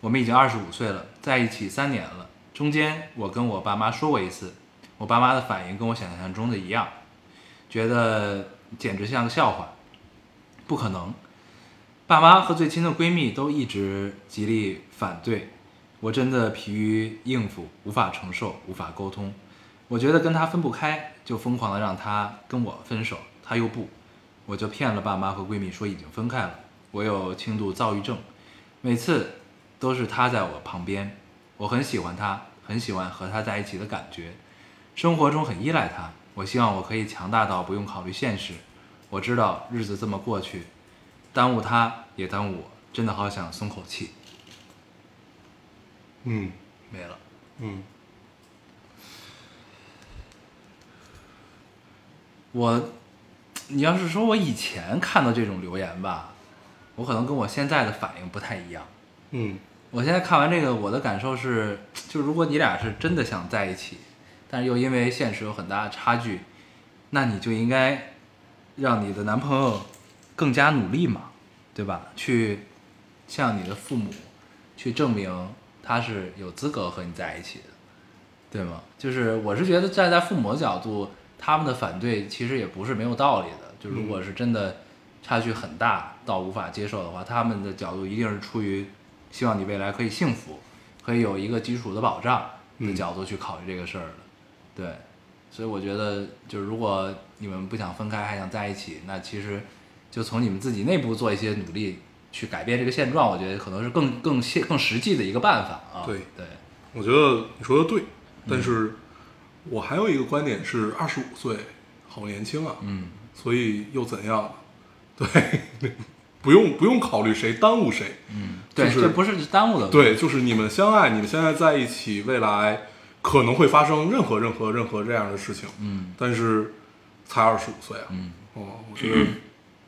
Speaker 2: 我们已经二十五岁了，在一起三年了。中间我跟我爸妈说过一次，我爸妈的反应跟我想象中的一样，觉得简直像个笑话，不可能。爸妈和最亲的闺蜜都一直极力反对，我真的疲于应付，无法承受，无法沟通。我觉得跟他分不开，就疯狂的让他跟我分手，他又不，我就骗了爸妈和闺蜜说已经分开了。我有轻度躁郁症，每次都是他在我旁边，我很喜欢他，很喜欢和他在一起的感觉，生活中很依赖他。我希望我可以强大到不用考虑现实。我知道日子这么过去，耽误他也耽误我，真的好想松口气。
Speaker 3: 嗯，
Speaker 2: 没了，
Speaker 3: 嗯，
Speaker 2: 我，你要是说我以前看到这种留言吧，我可能跟我现在的反应不太一样。
Speaker 3: 嗯，
Speaker 2: 我现在看完这个，我的感受是，就如果你俩是真的想在一起，但是又因为现实有很大的差距，那你就应该让你的男朋友更加努力嘛，对吧？去向你的父母去证明他是有资格和你在一起的，对吗？就是我是觉得站在父母的角度，他们的反对其实也不是没有道理的。就如果是真的差距很大到无法接受的话，他们的角度一定是出于希望你未来可以幸福，可以有一个基础的保障的
Speaker 3: 嗯
Speaker 2: 角度去考虑这个事儿的，对。所以我觉得，就是如果你们不想分开，还想在一起，那其实就从你们自己内部做一些努力，去改变这个现状。我觉得可能是更更现更实际的一个办法啊。
Speaker 3: 对
Speaker 2: 对，
Speaker 3: 我觉得你说的对，
Speaker 2: 嗯
Speaker 3: 但是我还有一个观点是，二十五岁好年轻啊，
Speaker 2: 嗯，
Speaker 3: 所以又怎样？对， [LAUGHS] 不用不用考虑谁耽误谁，
Speaker 2: 嗯对，
Speaker 3: 就是
Speaker 2: 这不是耽误的。，
Speaker 3: 对，就是你们相爱，你们现在在一起，未来可能会发生任何任何任何这样的事情。
Speaker 2: 嗯
Speaker 3: 但是才二十五岁啊，
Speaker 2: 嗯，
Speaker 3: 哦，我觉得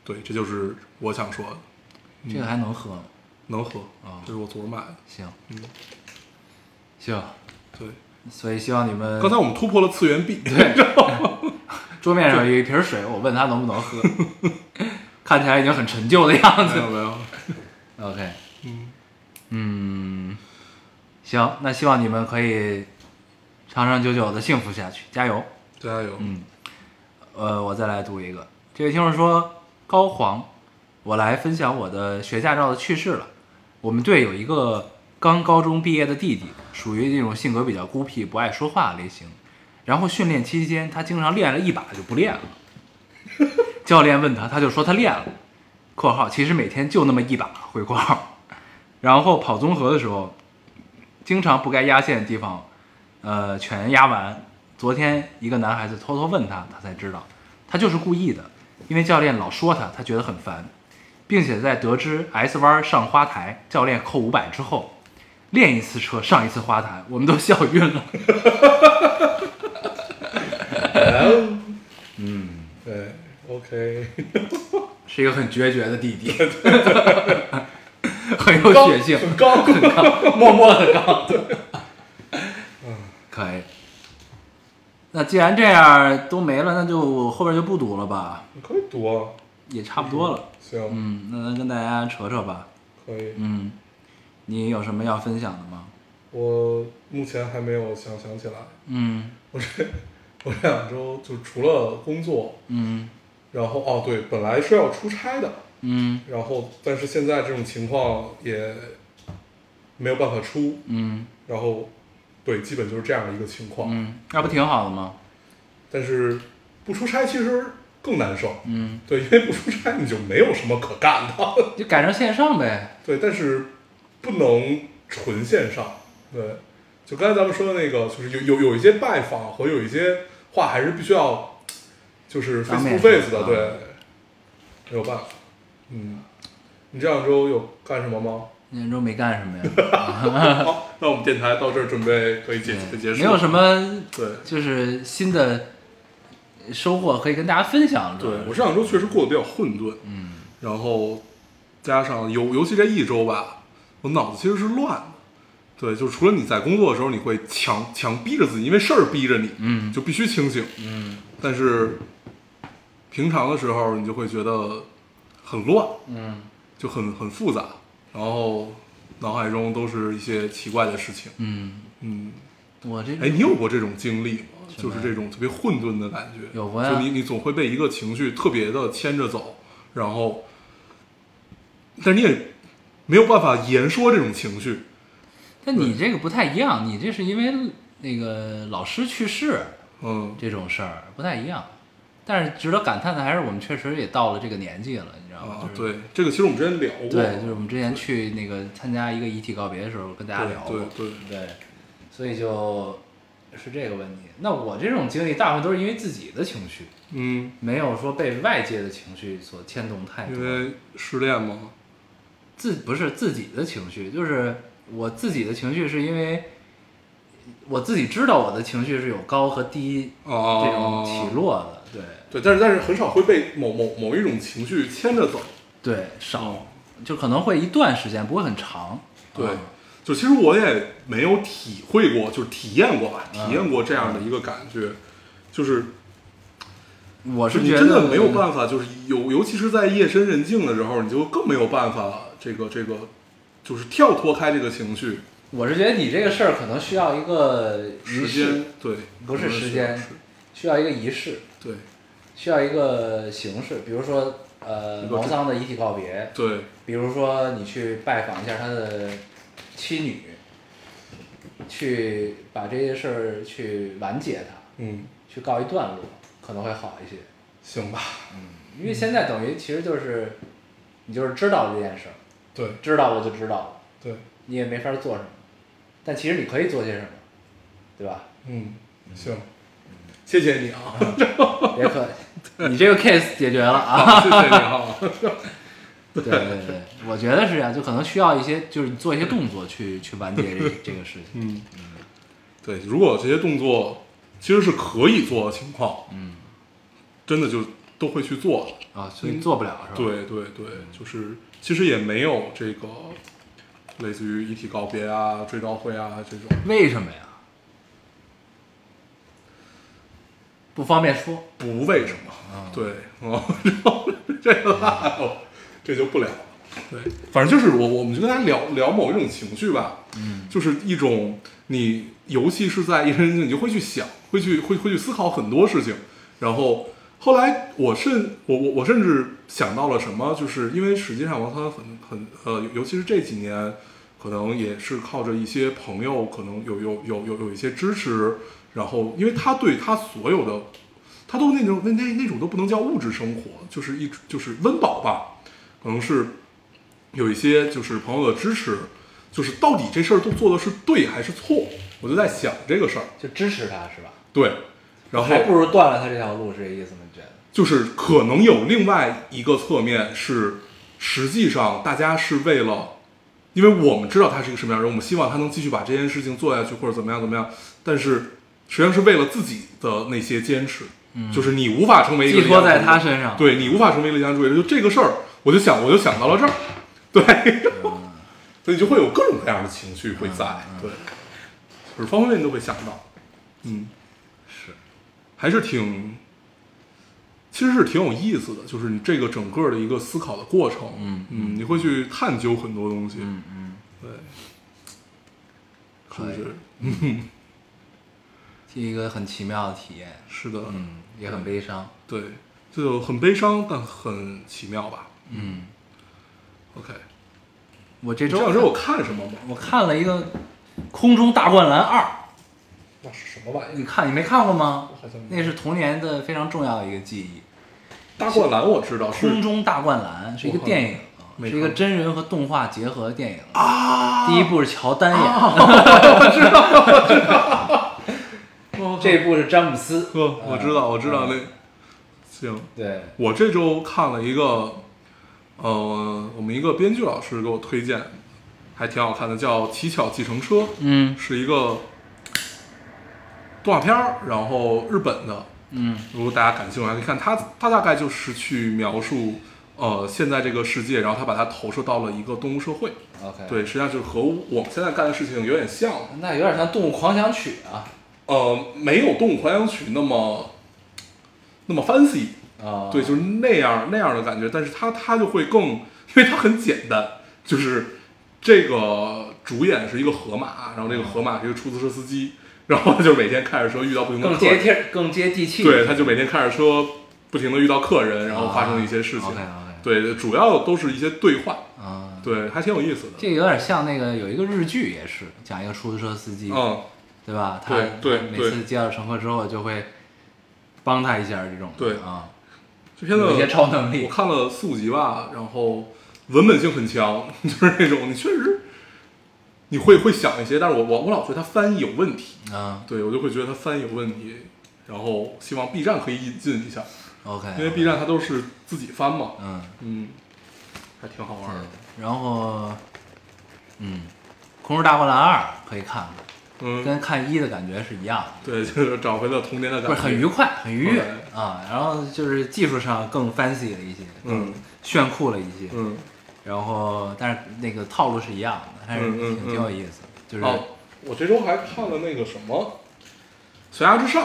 Speaker 3: 对，这就是我想说的，
Speaker 2: 这个还能喝吗？
Speaker 3: 能喝
Speaker 2: 啊
Speaker 3: 这是我昨儿买的。
Speaker 2: 行，
Speaker 3: 嗯，
Speaker 2: 行。
Speaker 3: 对，
Speaker 2: 所以希望你们
Speaker 3: 刚才我们突破了次元壁， [LAUGHS]
Speaker 2: 桌面上有一瓶水，我问他能不能
Speaker 3: [LAUGHS]
Speaker 2: 喝，看起来已经很陈旧的样
Speaker 3: 没
Speaker 2: 子。
Speaker 3: 哎有没有，
Speaker 2: OK，
Speaker 3: 嗯，
Speaker 2: 嗯，行，那希望你们可以长长久久的幸福下去，加油！
Speaker 3: 加油，
Speaker 2: 嗯呃，我再来读一个。这位听众说：“高黄，我来分享我的学驾照的趣事了。我们队有一个刚高中毕业的弟弟，属于那种性格比较孤僻、不爱说话的类型。然后训练期间，他经常练了一把就不练了。教练问他，他就说他练了（括号其实每天就那么一把）回括号。然后跑综合的时候，经常不该压线的地方呃，全压完。昨天一个男孩子偷偷问他，他才知道，他就是故意的，因为教练老说他，他觉得很烦，并且在得知 S 弯上花台，教练扣五百之后，练一次车上一次花台，我们都笑晕了。 [LAUGHS]
Speaker 3: 对，OK，
Speaker 2: 是一个很决绝的弟 [LAUGHS] 弟，很有血性，很 [LAUGHS] 高，很高，默默的高。对，可以。那既然这样都没了，那就后边就不读了吧，
Speaker 3: 你可以读啊，
Speaker 2: 也差不多了。
Speaker 3: 行，
Speaker 2: 嗯，那咱跟大家扯扯吧。
Speaker 3: 可以。
Speaker 2: 嗯，你有什么要分享的吗？
Speaker 3: 我目前还没有想想起来，
Speaker 2: 嗯
Speaker 3: 我这我这两周就除了工作，
Speaker 2: 嗯
Speaker 3: 然后哦对，本来是要出差的，
Speaker 2: 嗯
Speaker 3: 然后但是现在这种情况也没有办法出，
Speaker 2: 嗯
Speaker 3: 然后对，基本就是这样一个情况。
Speaker 2: 嗯，那不挺好的吗？
Speaker 3: 但是不出差其实更难受。
Speaker 2: 嗯，
Speaker 3: 对，因为不出差你就没有什么可干的。
Speaker 2: 就改成线上呗。
Speaker 3: 对，但是不能纯线上。对，就刚才咱们说的那个，就是有有有一些拜访和有一些话还是必须要，就是
Speaker 2: 当
Speaker 3: face
Speaker 2: 面
Speaker 3: to
Speaker 2: 说
Speaker 3: face 的，
Speaker 2: 啊
Speaker 3: 对，没有办法。嗯，你这两周有干什么吗？
Speaker 2: 那周没干什么 [LAUGHS] 呀，
Speaker 3: [LAUGHS] 好，那我们电台到这儿准备可以结结束。
Speaker 2: 嗯没有什么
Speaker 3: 对
Speaker 2: 就是新的收获可以跟大家分享。
Speaker 3: 对
Speaker 2: 主要是
Speaker 3: 我这两周确实过得比较混沌，
Speaker 2: 嗯，
Speaker 3: 然后加上尤尤其这一周吧，我脑子其实是乱的。对，就除了你在工作的时候，你会强强逼着自己，因为事儿逼着你，
Speaker 2: 嗯
Speaker 3: 就必须清醒。
Speaker 2: 嗯
Speaker 3: 但是平常的时候，你就会觉得很乱，
Speaker 2: 嗯
Speaker 3: 就很很复杂，然后脑海中都是一些奇怪的事情。
Speaker 2: 嗯，
Speaker 3: 嗯，
Speaker 2: 我这
Speaker 3: 哎，你有过这种经历吗？就是这种特别混沌的感觉。
Speaker 2: 有过呀
Speaker 3: 就你你总会被一个情绪特别的牵着走，然后，但是你也没有办法言说这种情绪。
Speaker 2: 但你这个不太一样，你这是因为那个老师去世
Speaker 3: 嗯，
Speaker 2: 这种事儿不太一样。但是值得感叹的还是我们确实也到了这个年纪了，你知道吗
Speaker 3: 啊？，
Speaker 2: 就是
Speaker 3: 对，这个其实我们之前聊过。
Speaker 2: 对，就是我们之前去那个参加一个遗体告别的时候，跟大家聊过，
Speaker 3: 对对对
Speaker 2: 对所以就是这个问题。那我这种经历大部分都是因为自己的情绪，
Speaker 3: 嗯，
Speaker 2: 没有说被外界的情绪所牵动太
Speaker 3: 因
Speaker 2: 多。
Speaker 3: 为失恋嘛，
Speaker 2: 自不是自己的情绪，就是我自己的情绪，是因为我自己知道我的情绪是有高和低
Speaker 3: 哦，
Speaker 2: 这种起落的，对
Speaker 3: 对，但是但是很少会被某某某一种情绪牵着走。
Speaker 2: 对少，就可能会一段时间，不会很长。
Speaker 3: 对
Speaker 2: 啊，
Speaker 3: 就其实我也没有体会过，就是体验过吧，体验过这样的一个感觉，就是
Speaker 2: 嗯我
Speaker 3: 就是嗯你
Speaker 2: 觉得
Speaker 3: 真的没有办法，就是尤尤其是在夜深人静的时候，你就更没有办法这个这个，就是跳脱开这个情绪
Speaker 2: 我是觉得你这个事儿可能需要一个仪
Speaker 3: 时
Speaker 2: 式
Speaker 3: 间，，对，
Speaker 2: 不是
Speaker 3: 可能
Speaker 2: 时间
Speaker 3: 是
Speaker 2: 需要一个仪式，
Speaker 3: 对
Speaker 2: 需要一个形式，比如说呃
Speaker 3: 一个
Speaker 2: 毛
Speaker 3: 这
Speaker 2: 桑的遗体告别，
Speaker 3: 对，
Speaker 2: 比如说你去拜访一下他的妻女，去把这些事儿去完结它，
Speaker 3: 嗯，
Speaker 2: 去告一段落，可能会好一些。
Speaker 3: 行吧，
Speaker 2: 因为现在等于其实就是你就是知道这件事儿，
Speaker 3: 对
Speaker 2: 知道了就知道了，
Speaker 3: 对，
Speaker 2: 你也没法做什么，但其实你可以做些什么，对吧？
Speaker 3: 嗯，行，谢谢你啊， [LAUGHS]
Speaker 2: 也可，你这个 case 解决了啊。
Speaker 3: 谢谢你啊，
Speaker 2: 对对对，我觉得是这啊样，就可能需要一些，就是你做一些动作去去完结这这个事情。
Speaker 3: [LAUGHS] 嗯，对，如果这些动作其实是可以做的情况，
Speaker 2: 嗯，
Speaker 3: 真的就都会去做了。
Speaker 2: 啊，所以做不了是吧？，
Speaker 3: 嗯对对对，就是其实也没有这个类似于遗体告别啊、追悼会啊这种，
Speaker 2: 为什么呀？不方便说，
Speaker 3: 不为什么，对，哦， [LAUGHS] 然后这个 [LAUGHS] 哎呦这就不聊了。对，反正就是我，我们就跟大家聊聊某一种情绪吧，嗯，就是一种你，尤其是在夜深人静，你就会去想，会去会会去思考很多事情。然后后来我甚我我我甚至想到了什么，就是因为实际上王涛很很呃，尤其是这几年，可能也是靠着一些朋友，可能有有有有有一些支持，然后因为他对他所有的他都那种那那那种都不能叫物质生活，就是一就是温饱吧，可能是有一些就是朋友的支持，就是到底这事儿都做的是对还是错，我就在想这个事儿。
Speaker 2: 就支持他是吧？
Speaker 3: 对，然
Speaker 2: 还不
Speaker 3: 后
Speaker 2: 如断了他这条路，是这意思吗？你觉得？
Speaker 3: 就是可能有另外一个侧面是，实际上大家是为了，因为我们知道他是一个什么样的人，我们希望他能继续把这件事情做下去，或者怎么样怎么样，但是实际上是为了自己的那些坚持。就是你无法成为一个
Speaker 2: 嗯寄托
Speaker 3: 理想
Speaker 2: 在
Speaker 3: 主义
Speaker 2: 他身上。，
Speaker 3: 对你无法成为一个理想主义者，就这个事儿，我就想，我就想到了这儿， [LAUGHS] 对， [LAUGHS] 所以就会有各种各样的情绪会
Speaker 2: 嗯
Speaker 3: 在，对，就是方方面面都会想到，嗯，
Speaker 2: 是，
Speaker 3: 还是挺，其实是挺有意思的，就是你这个整个的一个思考的过程，
Speaker 2: 嗯
Speaker 3: 嗯，你会去探究很多东西，
Speaker 2: 嗯嗯，
Speaker 3: 对，是
Speaker 2: 可
Speaker 3: 不
Speaker 2: 以
Speaker 3: 是？
Speaker 2: 是一个很奇妙的体验，
Speaker 3: 是的，
Speaker 2: 嗯，也很悲伤，
Speaker 3: 对，就很悲伤，但很奇妙吧
Speaker 2: 嗯。
Speaker 3: ？OK，
Speaker 2: 我这
Speaker 3: 你
Speaker 2: 周
Speaker 3: 这两周我看什么吗？
Speaker 2: 我看了一个《空中大灌篮二
Speaker 3: 那是什么玩》，意儿？
Speaker 2: 你看你没看过吗
Speaker 3: 我好像？没
Speaker 2: 那是童年的非常重要的一个记忆。
Speaker 3: 大灌篮我知道是
Speaker 2: 空中大灌篮》是一个电影，啊
Speaker 3: 没
Speaker 2: 是一个
Speaker 3: 看
Speaker 2: 真人和动画结合的电影。
Speaker 3: 啊
Speaker 2: 第一部是乔丹演的， [LAUGHS]
Speaker 3: 哦
Speaker 2: 这部是詹姆斯。
Speaker 3: 呵，我知道，我知道
Speaker 2: 嗯
Speaker 3: 那行。
Speaker 2: 对，
Speaker 3: 我这周看了一个，呃，我们一个编剧老师给我推荐，还挺好看的，叫《乞巧计程车》，
Speaker 2: 嗯
Speaker 3: 是一个动画片儿，然后日本的。
Speaker 2: 嗯
Speaker 3: 如果大家感兴趣，还可以看它。它大概就是去描述，呃，现在这个世界，然后它把它投射到了一个动物社会。
Speaker 2: ，OK，，
Speaker 3: 对，实际上就是和我们现在干的事情有点像。
Speaker 2: 那有点像《动物狂想曲》啊。
Speaker 3: 呃，没有《动物狂想曲》那么那么 fancy，
Speaker 2: 啊，
Speaker 3: 对，就是那样那样的感觉。但是它它就会更， [LAUGHS] 因为它很简单，就是这个主演是一个河马，然后这个河马是一个出租车司机， [LAUGHS] 然后他就每天开着车遇到不同的
Speaker 2: 更
Speaker 3: 客
Speaker 2: 接
Speaker 3: 人，
Speaker 2: 地儿，更接地气。
Speaker 3: 对，他就每天开着车不停的遇到客人，然后发生一些事情。
Speaker 2: OK OK，
Speaker 3: 对，主要都是一些对话，
Speaker 2: 啊，
Speaker 3: 对，还挺有意思的。
Speaker 2: 这有点像那个有一个日剧也是讲一个出租车司机，
Speaker 3: 嗯，
Speaker 2: 对吧？他
Speaker 3: 对对
Speaker 2: 每
Speaker 3: 对
Speaker 2: 次接到乘客之后就会帮他一下这种的。
Speaker 3: 对
Speaker 2: 啊，
Speaker 3: 这片子
Speaker 2: 有一些超能力
Speaker 3: 我。看了四五集吧，然后文本性很强， [LAUGHS] 就是那种你确实你会会想一些，但是我我我老觉得它翻译有问题，
Speaker 2: 啊
Speaker 3: 对我就会觉得它翻译有问题，然后希望 B 站可以引进一下，
Speaker 2: ，OK，
Speaker 3: 因为 B 站它都是自己翻嘛，
Speaker 2: 嗯，
Speaker 3: 嗯，还挺好玩的，
Speaker 2: 对，然后，嗯，《空手大灌篮二》可以看看，
Speaker 3: 嗯，
Speaker 2: 跟看一的感觉是一样的。
Speaker 3: 对，就是找回了童年的感
Speaker 2: 不
Speaker 3: 觉，
Speaker 2: 是很愉快，很愉悦
Speaker 3: OK
Speaker 2: 啊。然后就是技术上更 fancy 了一些，
Speaker 3: 嗯
Speaker 2: 炫酷了一些。
Speaker 3: 嗯，
Speaker 2: 然后，但是那个套路是一样的，还是
Speaker 3: 嗯嗯
Speaker 2: 挺
Speaker 3: 嗯
Speaker 2: 挺有意思的。就是
Speaker 3: 哦，我这周还看了那个什么《悬崖之上》，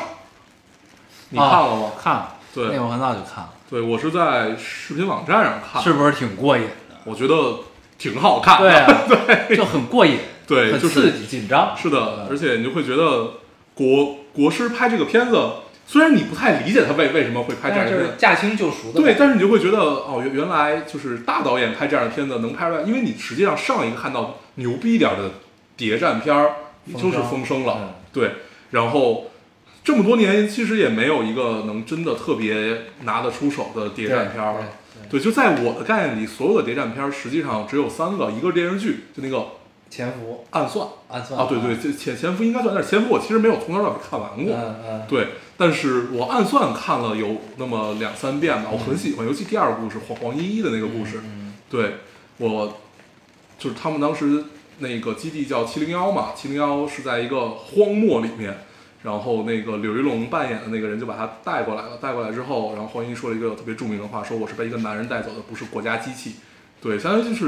Speaker 3: 你看了吗？
Speaker 2: 哦看了，
Speaker 3: 对
Speaker 2: 那我很早就看了，
Speaker 3: 对，我是在视频网站上看，
Speaker 2: 是不是挺过瘾的？
Speaker 3: 我觉得挺好看的。
Speaker 2: 对啊， [LAUGHS] 对，就很过瘾，
Speaker 3: 对
Speaker 2: 很
Speaker 3: 就是
Speaker 2: 刺激、紧张。
Speaker 3: 是的，而且你就会觉得国国师拍这个片子，虽然你不太理解他为为什么会拍这
Speaker 2: 但
Speaker 3: 样
Speaker 2: 是
Speaker 3: 的
Speaker 2: 就
Speaker 3: 片
Speaker 2: 是
Speaker 3: 子，
Speaker 2: 驾轻就熟的
Speaker 3: 对，
Speaker 2: 感觉，
Speaker 3: 但是你就会觉得哦，原原来就是大导演拍这样的片子能拍出来，因为你实际上上一个看到牛逼一点的谍战片儿就是《风声》了，
Speaker 2: 嗯
Speaker 3: 对，然后。这么多年，其实也没有一个能真的特别拿得出手的谍战片儿
Speaker 2: 对，
Speaker 3: 对，就在我的概念里，所有的谍战片儿实际上只有三个，一个是电视剧，就那个《
Speaker 2: 潜伏
Speaker 3: 暗算》
Speaker 2: 暗算
Speaker 3: 啊，对对，，这潜潜伏应该算，但是潜伏我其实没有从头到尾看完过，
Speaker 2: 嗯嗯，
Speaker 3: 对，但是我暗算看了有那么两三遍吧，我很喜欢，尤其第二个故事黄黄依依的那个故事，
Speaker 2: 嗯
Speaker 3: 对我就是他们当时那个基地叫七零幺嘛，七零幺是在一个荒漠里面。然后那个柳一龙扮演的那个人就把他带过来了，带过来之后，然后黄依依说了一个特别著名的话，说我是被一个男人带走的，不是国家机器。对，相当于就是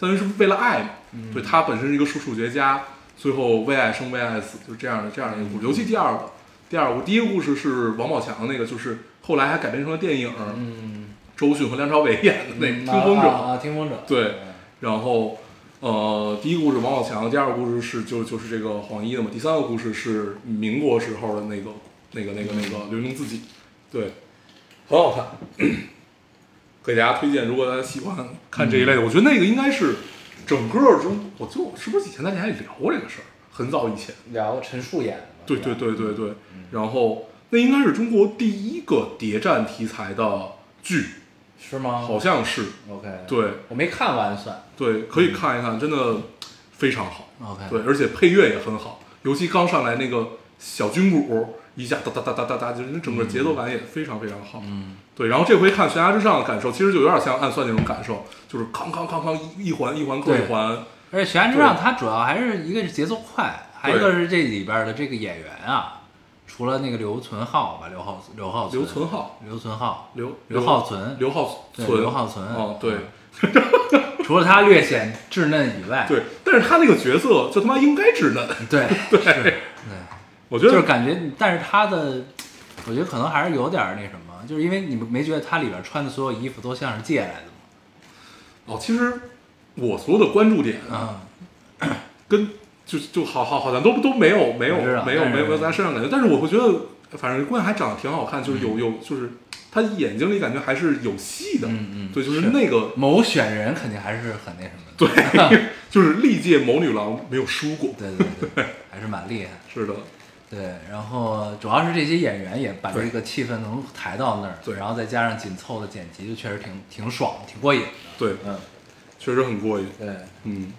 Speaker 3: 相当于是为了爱嘛。对他本身是一个数数学家，最后为爱生为爱死，就是这样的这样的一个
Speaker 2: 嗯
Speaker 3: 故事。尤其第二个，第二个第一个故事是王宝强那个，就是后来还改编成了电影，
Speaker 2: 嗯，
Speaker 3: 周迅和梁朝伟演的那个《
Speaker 2: 嗯
Speaker 3: 听风者》
Speaker 2: 啊啊，听风者，
Speaker 3: 对，然后呃，第一个故事王宝强，第二个故事是就就是这个黄一的嘛，第三个故事是民国时候的那个那个那个那个刘墉自己，对，很好看，给大家推荐。如果大家喜欢看这一类的，我觉得那个应该是整个中，我就是不是以前大家也聊过这个事儿，很早以前，
Speaker 2: 聊陈数演的嘛，
Speaker 3: 对
Speaker 2: 是
Speaker 3: 对
Speaker 2: 吧，
Speaker 3: 对对对，然后那应该是中国第一个谍战题材的剧，
Speaker 2: 是吗？
Speaker 3: 好像是，
Speaker 2: OK，，
Speaker 3: 对。
Speaker 2: 我没看完算
Speaker 3: 对，可以看一看，真的非常好。
Speaker 2: OK，
Speaker 3: 对，而且配乐也很好，尤其刚上来那个小军鼓一下哒哒哒哒哒哒，就是整个节奏感也非常非常好。嗯，对。然后这回看《悬崖之上》的感受，其实就有点像《暗算》那种感受，就是哐哐哐哐一一环一环扣一
Speaker 2: 对
Speaker 3: 环。
Speaker 2: 而且《悬崖之上》它主要还是一个是节奏快，还有一个是这里边的这个演员啊，除了那个刘存浩吧，刘浩刘浩
Speaker 3: 刘存浩，
Speaker 2: 刘存浩，
Speaker 3: 刘
Speaker 2: 刘浩存
Speaker 3: 刘浩
Speaker 2: 对
Speaker 3: 存，
Speaker 2: 刘浩存嗯
Speaker 3: 哦，对
Speaker 2: 除了他略显稚嫩以外，
Speaker 3: 对，但是他那个角色就他妈应该稚嫩， [LAUGHS]
Speaker 2: 对对对，
Speaker 3: 我觉
Speaker 2: 就是
Speaker 3: 得
Speaker 2: 感觉，但是他的，我觉得可能还是有点那什么，就是因为你们没觉得他里边穿的所有衣服都像是借来的吗？
Speaker 3: 哦，其实我所有的关注点
Speaker 2: 嗯，
Speaker 3: 跟就就好好好像都都没有没有
Speaker 2: 我知道
Speaker 3: 没有
Speaker 2: 但是
Speaker 3: 没有没有在他身上感觉，但是我会觉得，反正棍还长得挺好看，就是有
Speaker 2: 嗯
Speaker 3: 有就是他眼睛里感觉还是有戏的，
Speaker 2: 嗯嗯
Speaker 3: 对，就是
Speaker 2: 是
Speaker 3: 那个
Speaker 2: 某选人肯定还是很那什么的， [LAUGHS]
Speaker 3: 对，就是历届某女郎没有输过，
Speaker 2: 对对对，还是蛮厉害的。
Speaker 3: 是的，
Speaker 2: 对，然后主要是这些演员也把
Speaker 3: 对
Speaker 2: 这个气氛能抬到那儿，
Speaker 3: 对
Speaker 2: 然后再加上紧凑的剪辑，就确实挺挺爽，挺过瘾的。
Speaker 3: 对，
Speaker 2: 嗯，
Speaker 3: 确实很过瘾。
Speaker 2: 对。
Speaker 3: 嗯，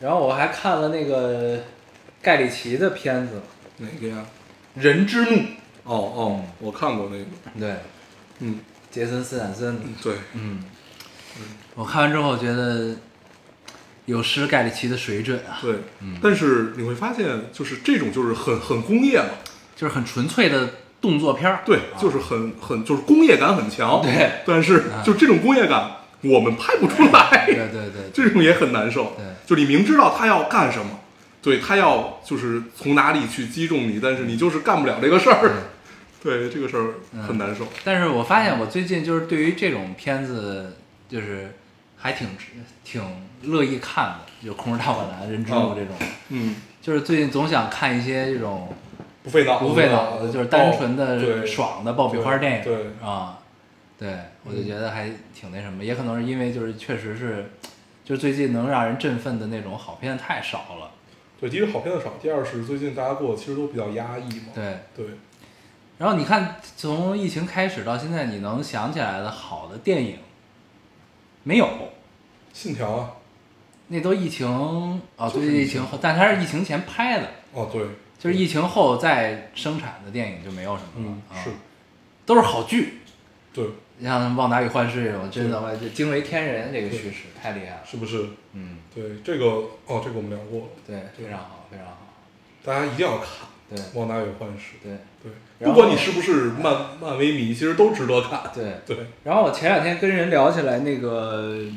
Speaker 2: 然后我还看了那个盖里奇的片子
Speaker 3: 哪个呀？
Speaker 2: 《人之怒》，
Speaker 3: 哦哦，我看过那个。
Speaker 2: 对，
Speaker 3: 嗯，
Speaker 2: 杰森斯坦森的。
Speaker 3: 对，
Speaker 2: 嗯，我看完之后觉得有失盖里奇的水准啊，
Speaker 3: 对，但是你会发现，就是这种就是很很工业嘛，
Speaker 2: 就是很纯粹的动作片儿。
Speaker 3: 对，就是很很就是工业感很强，
Speaker 2: 对，嗯
Speaker 3: 但是就这种工业感，我们拍不出
Speaker 2: 对
Speaker 3: 来， [LAUGHS]
Speaker 2: 对对对
Speaker 3: 这种也很难受，
Speaker 2: 对
Speaker 3: 就你明知道他要干什么，对他要就是从哪里去击中你，但是你就是干不了这个事
Speaker 2: 嗯
Speaker 3: 儿，对，这个事儿很难受，
Speaker 2: 但是我发现我最近就是对于这种片子，就是还挺挺乐意看的，就《空手道馆》《啊人之怒》这种，
Speaker 3: 嗯，
Speaker 2: 就是最近总想看一些这种
Speaker 3: 不费脑，
Speaker 2: 不费脑子，啊就是单纯
Speaker 3: 哦
Speaker 2: 的
Speaker 3: 对
Speaker 2: 爽的爆米花电影。
Speaker 3: 对
Speaker 2: 啊，对，我就觉得还挺那什么，也可能是因为就是确实是，就是最近能让人振奋的那种好片太少了。
Speaker 3: 对，第一是好片子少，第二是最近大家过得其实都比较压抑嘛，
Speaker 2: 对，
Speaker 3: 对，
Speaker 2: 然后你看从疫情开始到现在，你能想起来的好的电影没有？
Speaker 3: 信条啊，
Speaker 2: 那都疫情啊，
Speaker 3: 就
Speaker 2: 对，
Speaker 3: 是
Speaker 2: 疫
Speaker 3: 疫情
Speaker 2: 情后，但它是疫情前拍的，
Speaker 3: 哦对，
Speaker 2: 就是疫情后再生产的电影就没有什么了
Speaker 3: 嗯、
Speaker 2: 啊
Speaker 3: 是，，
Speaker 2: 都是好剧，
Speaker 3: 对，
Speaker 2: 像《旺达与幻视》这种，真的
Speaker 3: 对
Speaker 2: 我就惊为天人，这个叙事太厉害了。
Speaker 3: 是不是？
Speaker 2: 嗯，
Speaker 3: 对这个哦，这个我们聊过了，
Speaker 2: 对，非常好，非常好。
Speaker 3: 大家一定要看
Speaker 2: 对
Speaker 3: 《旺达与幻视》。
Speaker 2: 对
Speaker 3: 对，
Speaker 2: 然
Speaker 3: 不
Speaker 2: 后
Speaker 3: 管你是不是漫漫威迷，其实都值得看。
Speaker 2: 对，
Speaker 3: 对，
Speaker 2: 然后我前两天跟人聊起来那个《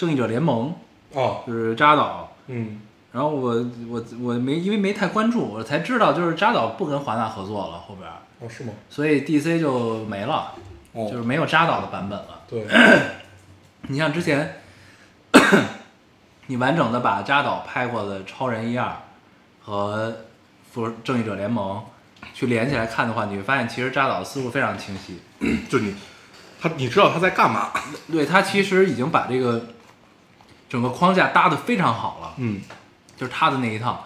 Speaker 2: 正义者联盟
Speaker 3: 哦》，，
Speaker 2: 就是扎导，
Speaker 3: 嗯，
Speaker 2: 然后我我我没因为没太关注，我才知道就是扎导不跟华纳合作了后边儿，
Speaker 3: 哦是吗？
Speaker 2: 所以 DC 就没了，
Speaker 3: 哦，
Speaker 2: 就是没有扎导的版本了。
Speaker 3: 对， [COUGHS]
Speaker 2: 你像之前，你完整的把扎导拍过的《超人一二》和《复仇正义者联盟》去连起来看的话，你会发现其实扎导的思路非常清晰。
Speaker 3: 就你他，你知道他在干嘛？
Speaker 2: 对他其实已经把这个整个框架搭得非常好了，
Speaker 3: 嗯，
Speaker 2: 就是他的那一套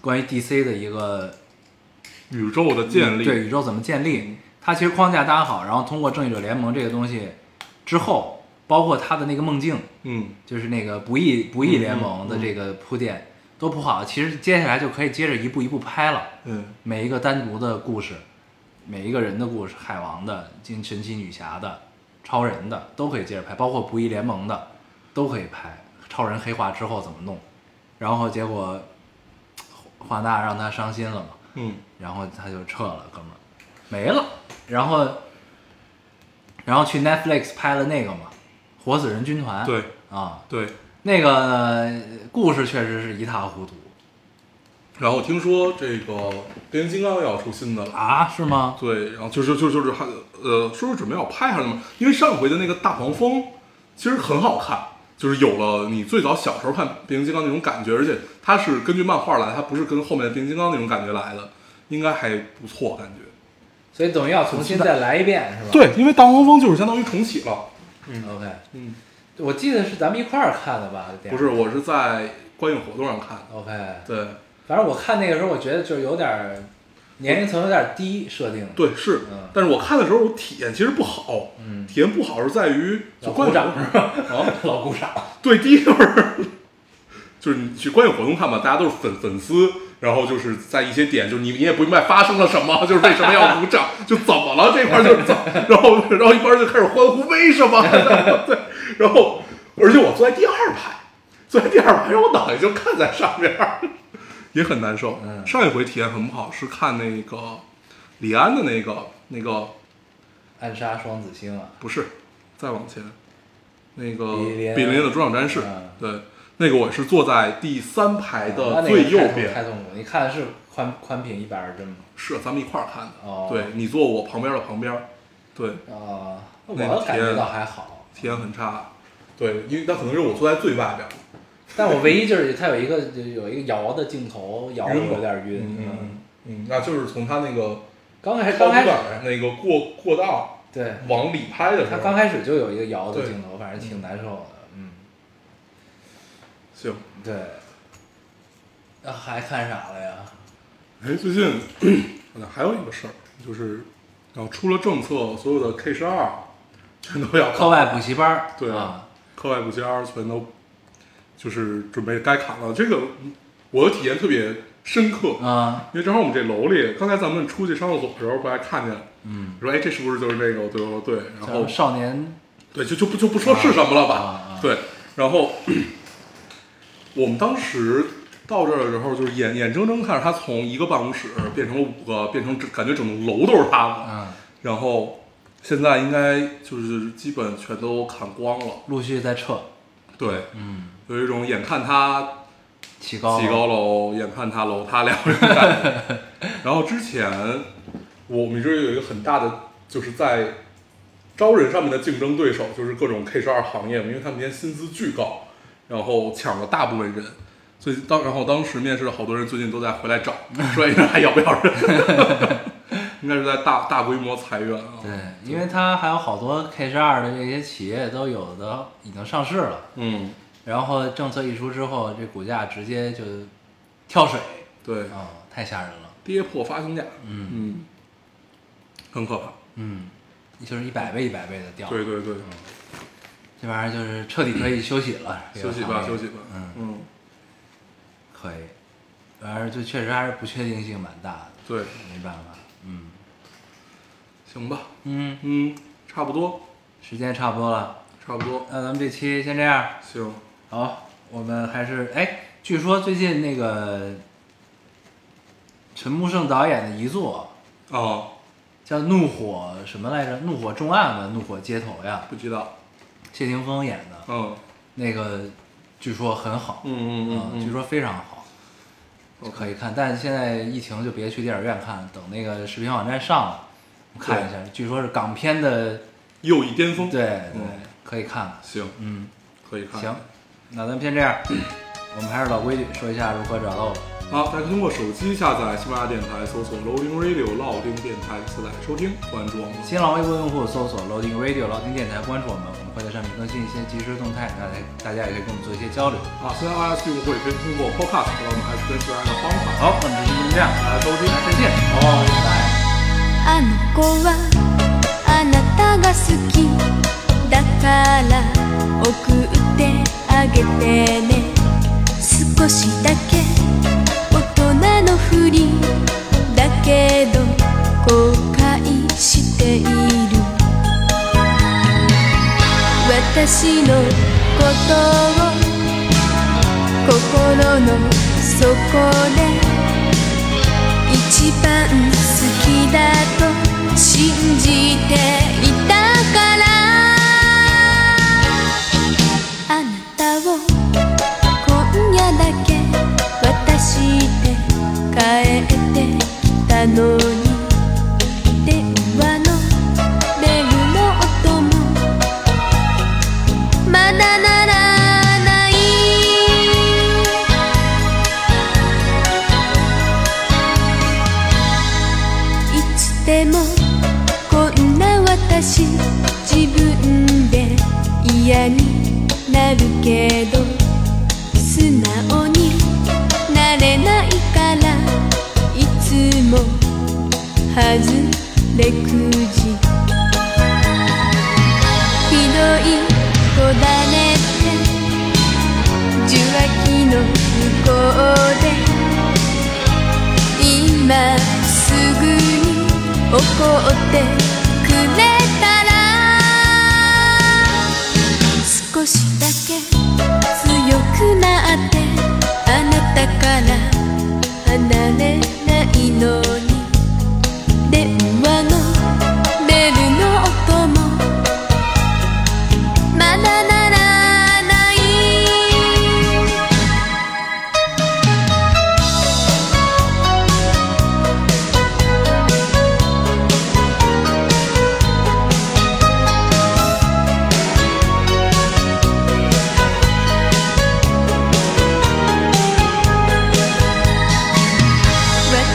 Speaker 2: 关于 DC 的一个
Speaker 3: 宇宙的建立，
Speaker 2: 嗯
Speaker 3: 嗯
Speaker 2: 对宇宙怎么建立，他其实框架搭好，然后通过正义者联盟这个东西之后，包括他的那个梦境，
Speaker 3: 嗯，
Speaker 2: 就是那个不义不义联盟的这个铺垫、都铺好了，其实接下来就可以接着一步一步拍了。
Speaker 3: 嗯，
Speaker 2: 每一个单独的故事，每一个人的故事，海王的、金神奇女侠的、超人的都可以接着拍，包括不义联盟的都可以拍。超人黑化之后怎么弄？然后结果华纳让他伤心了嘛，
Speaker 3: 嗯，
Speaker 2: 然后他就撤了，哥们儿没了。然后然后去 Netflix 拍了那个嘛，《活死人军团》
Speaker 3: 对
Speaker 2: 啊，
Speaker 3: 对。
Speaker 2: 那个呃故事确实是一塌糊涂
Speaker 3: 然后听说这个变形金刚要出新的了。
Speaker 2: 啊，是吗？
Speaker 3: 对，然后就是就是就是还呃，说是准备要拍还是什么？因为上回的那个大黄蜂其实很好看，就是有了你最早小时候看变形金刚那种感觉，而且它是根据漫画来，它不是跟后面的变形金刚那种感觉来的，应该还不错感觉。
Speaker 2: 所以等于要重新再来一遍是吧？
Speaker 3: 对，因为大黄蜂就是相当于重启了。
Speaker 2: OK，
Speaker 3: 嗯，
Speaker 2: 我记得是咱们一块儿看的吧？这电
Speaker 3: 不
Speaker 2: 影
Speaker 3: 是，我是在观影活动上看的。
Speaker 2: OK，
Speaker 3: 对
Speaker 2: 反正我看那个时候，我觉得就是有点儿年龄层有点儿低设定。，
Speaker 3: 对是
Speaker 2: 嗯，
Speaker 3: 但是我看的时候我体验其实不好，
Speaker 2: 嗯，
Speaker 3: 体验不好是在于哦就
Speaker 2: 老
Speaker 3: 观
Speaker 2: 鼓
Speaker 3: 影
Speaker 2: 掌
Speaker 3: 活动
Speaker 2: 是吧？老鼓掌。
Speaker 3: 对，第一就是就是你去观影活动看吧，大家都是粉粉丝，然后就是在一些点，就是你你也不明白发生了什么， [LAUGHS] 就是为什么要鼓掌，就怎么了这块儿就是怎么，然后然后一帮人就开始欢呼，为什么？ [LAUGHS] 对，然后而且我坐在第二排，坐在第二排，然后我脑袋就看在上面儿，也很难受。
Speaker 2: 嗯
Speaker 3: 上一回体验很不好，是看那个李安的那个那个
Speaker 2: 暗杀双子星啊，
Speaker 3: 不是，再往前，那个
Speaker 2: 比利林
Speaker 3: 比利林的主场战士
Speaker 2: 嗯，
Speaker 3: 对，那个我是坐在第三排
Speaker 2: 啊
Speaker 3: 的
Speaker 2: 那个
Speaker 3: 最右
Speaker 2: 太痛太
Speaker 3: 边，
Speaker 2: 痛苦。你看的是宽宽屏一百二十帧吗？
Speaker 3: 是咱们一块儿看
Speaker 2: 哦
Speaker 3: 的，对你坐我旁边的旁边，对，
Speaker 2: 啊，
Speaker 3: 那
Speaker 2: 我
Speaker 3: 个
Speaker 2: 感觉
Speaker 3: 天
Speaker 2: 到还好，
Speaker 3: 体验很差，对，因为那可能是我坐在最外边，
Speaker 2: 但我唯一就是它有一个就有一个摇的镜头，摇的
Speaker 3: 晕了
Speaker 2: 有点儿晕。
Speaker 3: 嗯嗯嗯，那就是从他那个
Speaker 2: 刚开刚
Speaker 3: 超级
Speaker 2: 开始
Speaker 3: 板那个过过道
Speaker 2: 对，
Speaker 3: 往里拍的时
Speaker 2: 他刚
Speaker 3: 候，
Speaker 2: 开始就有一个摇的
Speaker 3: 对
Speaker 2: 镜头，反正挺难受的。嗯，
Speaker 3: 行，嗯 [LAUGHS]
Speaker 2: 对。啊还看啥了呀？
Speaker 3: 哎，最近 [CLEARS THROAT] 好像还有一个事儿，就是然后出了政策，所有的 K 十二全都要
Speaker 2: 课外补习班儿，
Speaker 3: 对
Speaker 2: 啊，，
Speaker 3: 课外补习班全都就是准备该砍了。这个我的体验特别深刻，
Speaker 2: 嗯
Speaker 3: 因为正好我们这楼里，刚才咱们出去上厕所的时候不还看见，
Speaker 2: 嗯，
Speaker 3: 说哎这是不是就是那个？我对我说对，然后
Speaker 2: 叫少年
Speaker 3: 对，就就不就不说是什么了吧。
Speaker 2: 啊啊
Speaker 3: 对，然后 [CLEARS THROAT] 我们当时到这儿的时候，就是眼眼睁睁看着他从一个办公室变成了五个，变成整感觉整栋楼都是他的。
Speaker 2: 嗯，
Speaker 3: 然后现在应该就是基本全都砍光了。
Speaker 2: 陆续在撤，
Speaker 3: 对，
Speaker 2: 嗯，
Speaker 3: 有一种眼看他
Speaker 2: 起高
Speaker 3: 起
Speaker 2: 了
Speaker 3: 高楼，眼看他楼塌了这种感觉。
Speaker 2: [LAUGHS]
Speaker 3: 然后之前我们这儿有一个很大的，就是在招人上面的竞争对手，就是各种 K 十二行业嘛，因为他们今天薪资巨高，然后抢了大部分人。所以当然后当时面试的好多人最近都在
Speaker 2: [LAUGHS]
Speaker 3: 回来找，说哎那还要不要人？ [LAUGHS] 应该是在大大规模裁员啊。
Speaker 2: 对，因为它还有好多 K 十二的这些企业都有的已经上市了，
Speaker 3: 嗯，
Speaker 2: 然后政策一出之后，这股价直接就跳水
Speaker 3: 对，
Speaker 2: 啊、太吓人了。
Speaker 3: 跌破发行价，
Speaker 2: 嗯
Speaker 3: 嗯，很可怕。
Speaker 2: 嗯，就是一百倍一百倍的掉，
Speaker 3: 对对对，
Speaker 2: 这玩意儿就是彻底可以休息了，这个
Speaker 3: 休息
Speaker 2: 行
Speaker 3: 吧，
Speaker 2: 业
Speaker 3: 休息吧。
Speaker 2: 嗯，
Speaker 3: 嗯，
Speaker 2: 可以，反正就确实还是不确定性蛮大的，
Speaker 3: 对，
Speaker 2: 没办法，嗯
Speaker 3: 行吧，
Speaker 2: 嗯，
Speaker 3: 嗯，差不多，
Speaker 2: 时间差不多了，
Speaker 3: 差不多，
Speaker 2: 那咱们这期先这样。
Speaker 3: 行，
Speaker 2: 好，我们还是哎，据说最近那个陈木胜导演的遗作
Speaker 3: 哦，
Speaker 2: 叫《怒火》什么来着？《怒火重案》吧，《怒火街头》呀，
Speaker 3: 不知道，
Speaker 2: 谢霆锋演的
Speaker 3: 嗯
Speaker 2: 那个，据说很好，
Speaker 3: 嗯嗯
Speaker 2: 啊
Speaker 3: 嗯，
Speaker 2: 据说非常好，
Speaker 3: OK
Speaker 2: 可以看。但现在疫情就别去电影院看，等那个视频网站上了，我们看一下。据说是港片的，
Speaker 3: 又一巅峰，
Speaker 2: 对，对，
Speaker 3: 嗯
Speaker 2: 可以看看。
Speaker 3: 行，
Speaker 2: 嗯，
Speaker 3: 可以看，
Speaker 2: 行，那咱们先这样。我们还是老规矩，说一下如何找到我们。
Speaker 3: 好，大家通过手机下载喜马拉雅电台，搜索 Loading Radio 老丁电台，下载收听，关注我们。
Speaker 2: 新浪微博用户搜索 Loading Radio 老丁电台，关注我们，我们会在上面更新一些即时动态，大家大家也可以跟我们做一些交流。
Speaker 3: 啊，虽然 iOS 用户也可以通过 Podcast 和我们 S 跟 S 的方法，
Speaker 2: 好，那我们这期就这样，
Speaker 3: 大家收听。
Speaker 2: 再见，拜拜。
Speaker 4: あの子はあなたが好きだから送ってあげてね少しだけ大人のふりだけど後悔している私のことを心の底で一番好きだと信じていたからあなたを今夜だけ渡して帰ってきたのに電話のベルの音もまだならないいつでもこんな私自分で嫌になるけど素直になれないからいつも外れくじひどい子だねって受話器の向こうで今すぐに怒ってくれたら少しだけ強くなってあなたから離れないのに電話のベルの音もまだならない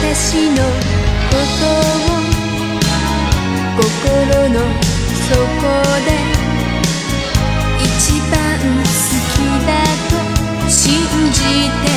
Speaker 4: 私のことを心の底で一番好きだと信じて